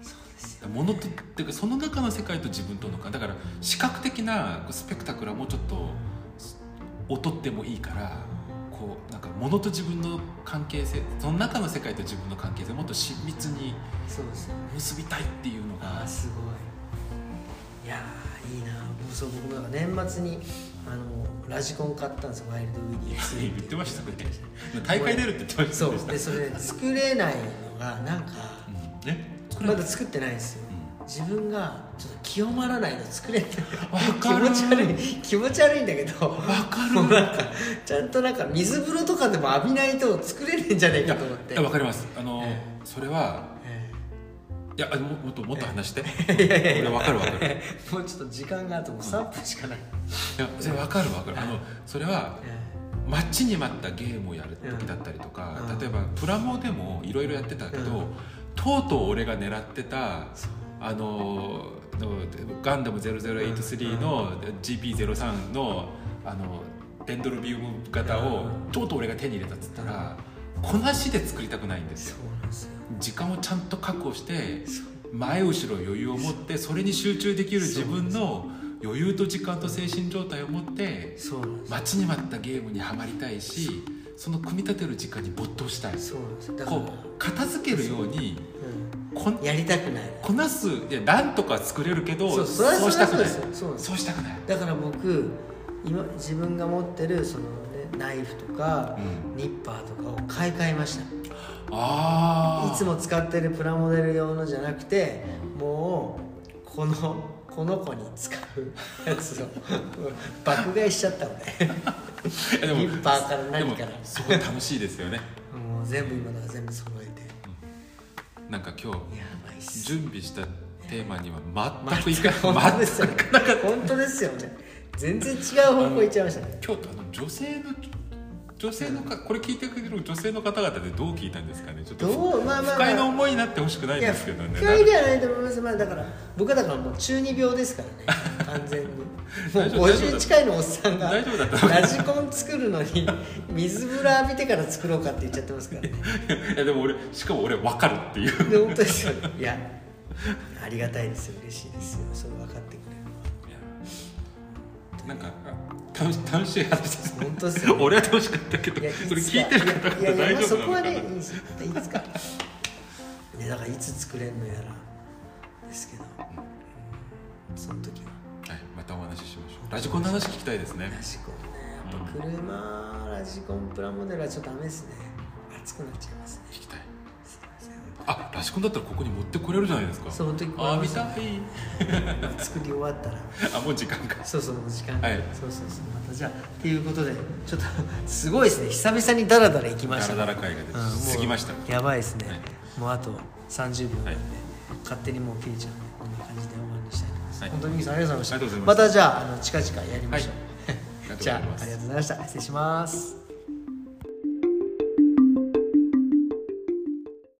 S1: そうですよ
S2: 物とっていうかその中の世界と自分とのかだから視覚的なこうスペクタクルはもうちょっとす劣ってもいいからこうなんか物と自分の関係性その中の世界と自分の関係性をもっと親密に
S1: そうですよ
S2: 結びたいっていうの
S1: あ
S2: が
S1: あすごいいやーいいなもうそう僕なんか年末にあのラジコン買ったんですよワイルドウィニー2
S2: 言ってましたね大会出るって言ってました
S1: そ
S2: ね
S1: うでそれ作れないのがなんか
S2: うんねこれ
S1: まだ作ってないんですよ自分がちょっと清まらないの作れない気
S2: かる
S1: 持ち悪い気持ち悪いんだけど
S2: わかる
S1: もうなんかちゃんとなんか水風呂とかでも浴びないと作れねえんじゃねえかと思っ
S2: い
S1: て
S2: やわかりますあのそれは
S1: え
S2: いやあももっともっと話して
S1: えいやいやいや
S2: 俺わかるわかる
S1: もうちょっと時間があともう3分しかない、
S2: いやそれわかるわかるあのそれは
S1: え
S2: 待ちに待ったゲームをやる時だったりとか、
S1: うん
S2: 例えばプラモでもいろいろやってたけど、
S1: うん
S2: とうとう俺が狙ってたあののガンダム0083の GP03 のあのデンドロビウム型をとうとう俺が手に入れたっつったら、こなしで作りたくないんで
S1: え
S2: すよ
S1: そうなんですよ
S2: 時間をちゃんと確保して前後ろ余裕を持ってそれに集中できる自分の余裕と時間と精神状態を持って
S1: そうなんですよ
S2: 待ちに待ったゲームにはまりたいしその組み立てる時間に没頭したい
S1: そうなんですよだから
S2: こう片付けるようにこ
S1: うんん、やりたくない
S2: こなすいやなんとか作れるけど
S1: そうそれは
S2: そうしたくない
S1: それはそうですよそうなんです
S2: そうしたくない
S1: だから僕今自分が持ってるその、ね、ナイフとか、
S2: う
S1: ニッパーとかを買い替えました
S2: ああ
S1: いつも使ってるプラモデル用のじゃなくてもうこのこの子に使うやつを爆買いしちゃったのね <laughs>
S2: でも
S1: ニッパーから何から
S2: でもすごい楽しいですよね
S1: もう全部今のは全部揃えて
S2: なんか
S1: や
S2: 今日
S1: ばいっす
S2: 準備したテーマには全くいか
S1: 本
S2: ない
S1: 当ですよね本当ですよね全然違う方向行っちゃいましたね
S2: 今日あの女性の女性のかこれ聞いてくれる女性の方々でどう聞いたんですかねちょっと
S1: どうまあまあまあ
S2: 不快な思いになってほしくない
S1: い
S2: で
S1: や
S2: すけ
S1: 不
S2: どね
S1: 快ではないと思いますまあだから僕はだからもう中二病です
S2: <laughs>
S1: からね完全にも
S2: 大丈夫
S1: う50近いのおっさんが
S2: 大丈夫だった
S1: ラジコン作るのに水風呂浴びてから作ろうかって言っちゃってます
S2: <laughs>
S1: からね
S2: いやでも俺しかも俺分かるっていう
S1: で本当ですよいやありがたいですよ嬉しいですよそれ分かってくれる
S2: なんか楽し楽しい話です
S1: 本当ですよ
S2: 俺は楽しかったけど
S1: いや
S2: それ聞いてる方々
S1: いやいやい
S2: 大
S1: や
S2: 丈
S1: そ
S2: 夫な
S1: こ
S2: の
S1: は
S2: か
S1: ねいい
S2: な
S1: ですいつかねだからいつ作れるのやらですけどその時は
S2: はい、またお話ししましょうラジコンの話聞きたいですね
S1: ラジコンねやっぱ車、ラジコンプラモデルはちょっとダメですね熱くなっちゃいますね
S2: 聞きたい
S1: すいません
S2: あラジコンだったらここに持ってこれるじゃないですか
S1: その時
S2: あ見たい
S1: 作り終わったら
S2: あもう時間か
S1: そうそうもう時間
S2: はい
S1: そうそうそうまたじゃあっていうことでちょっとすごいですね久々にダラダラ行きま
S2: ダ
S1: し
S2: ラ
S1: た
S2: ダラ会が出
S1: うんもう
S2: 過ぎました
S1: やばいですね、
S2: はい
S1: もうあと30秒なんで、
S2: はい
S1: 勝手にもう切れちゃうんでこんな感じで終わりにしたいと思います、
S2: はい
S1: 本当にミキさんありがとうございました
S2: ありがとうございま
S1: ま
S2: した
S1: じゃああの近々やりましょう、
S2: はいありがとうご
S1: じ
S2: ざい
S1: ゃ
S2: ま
S1: あ
S2: す
S1: ありがとうございました失礼します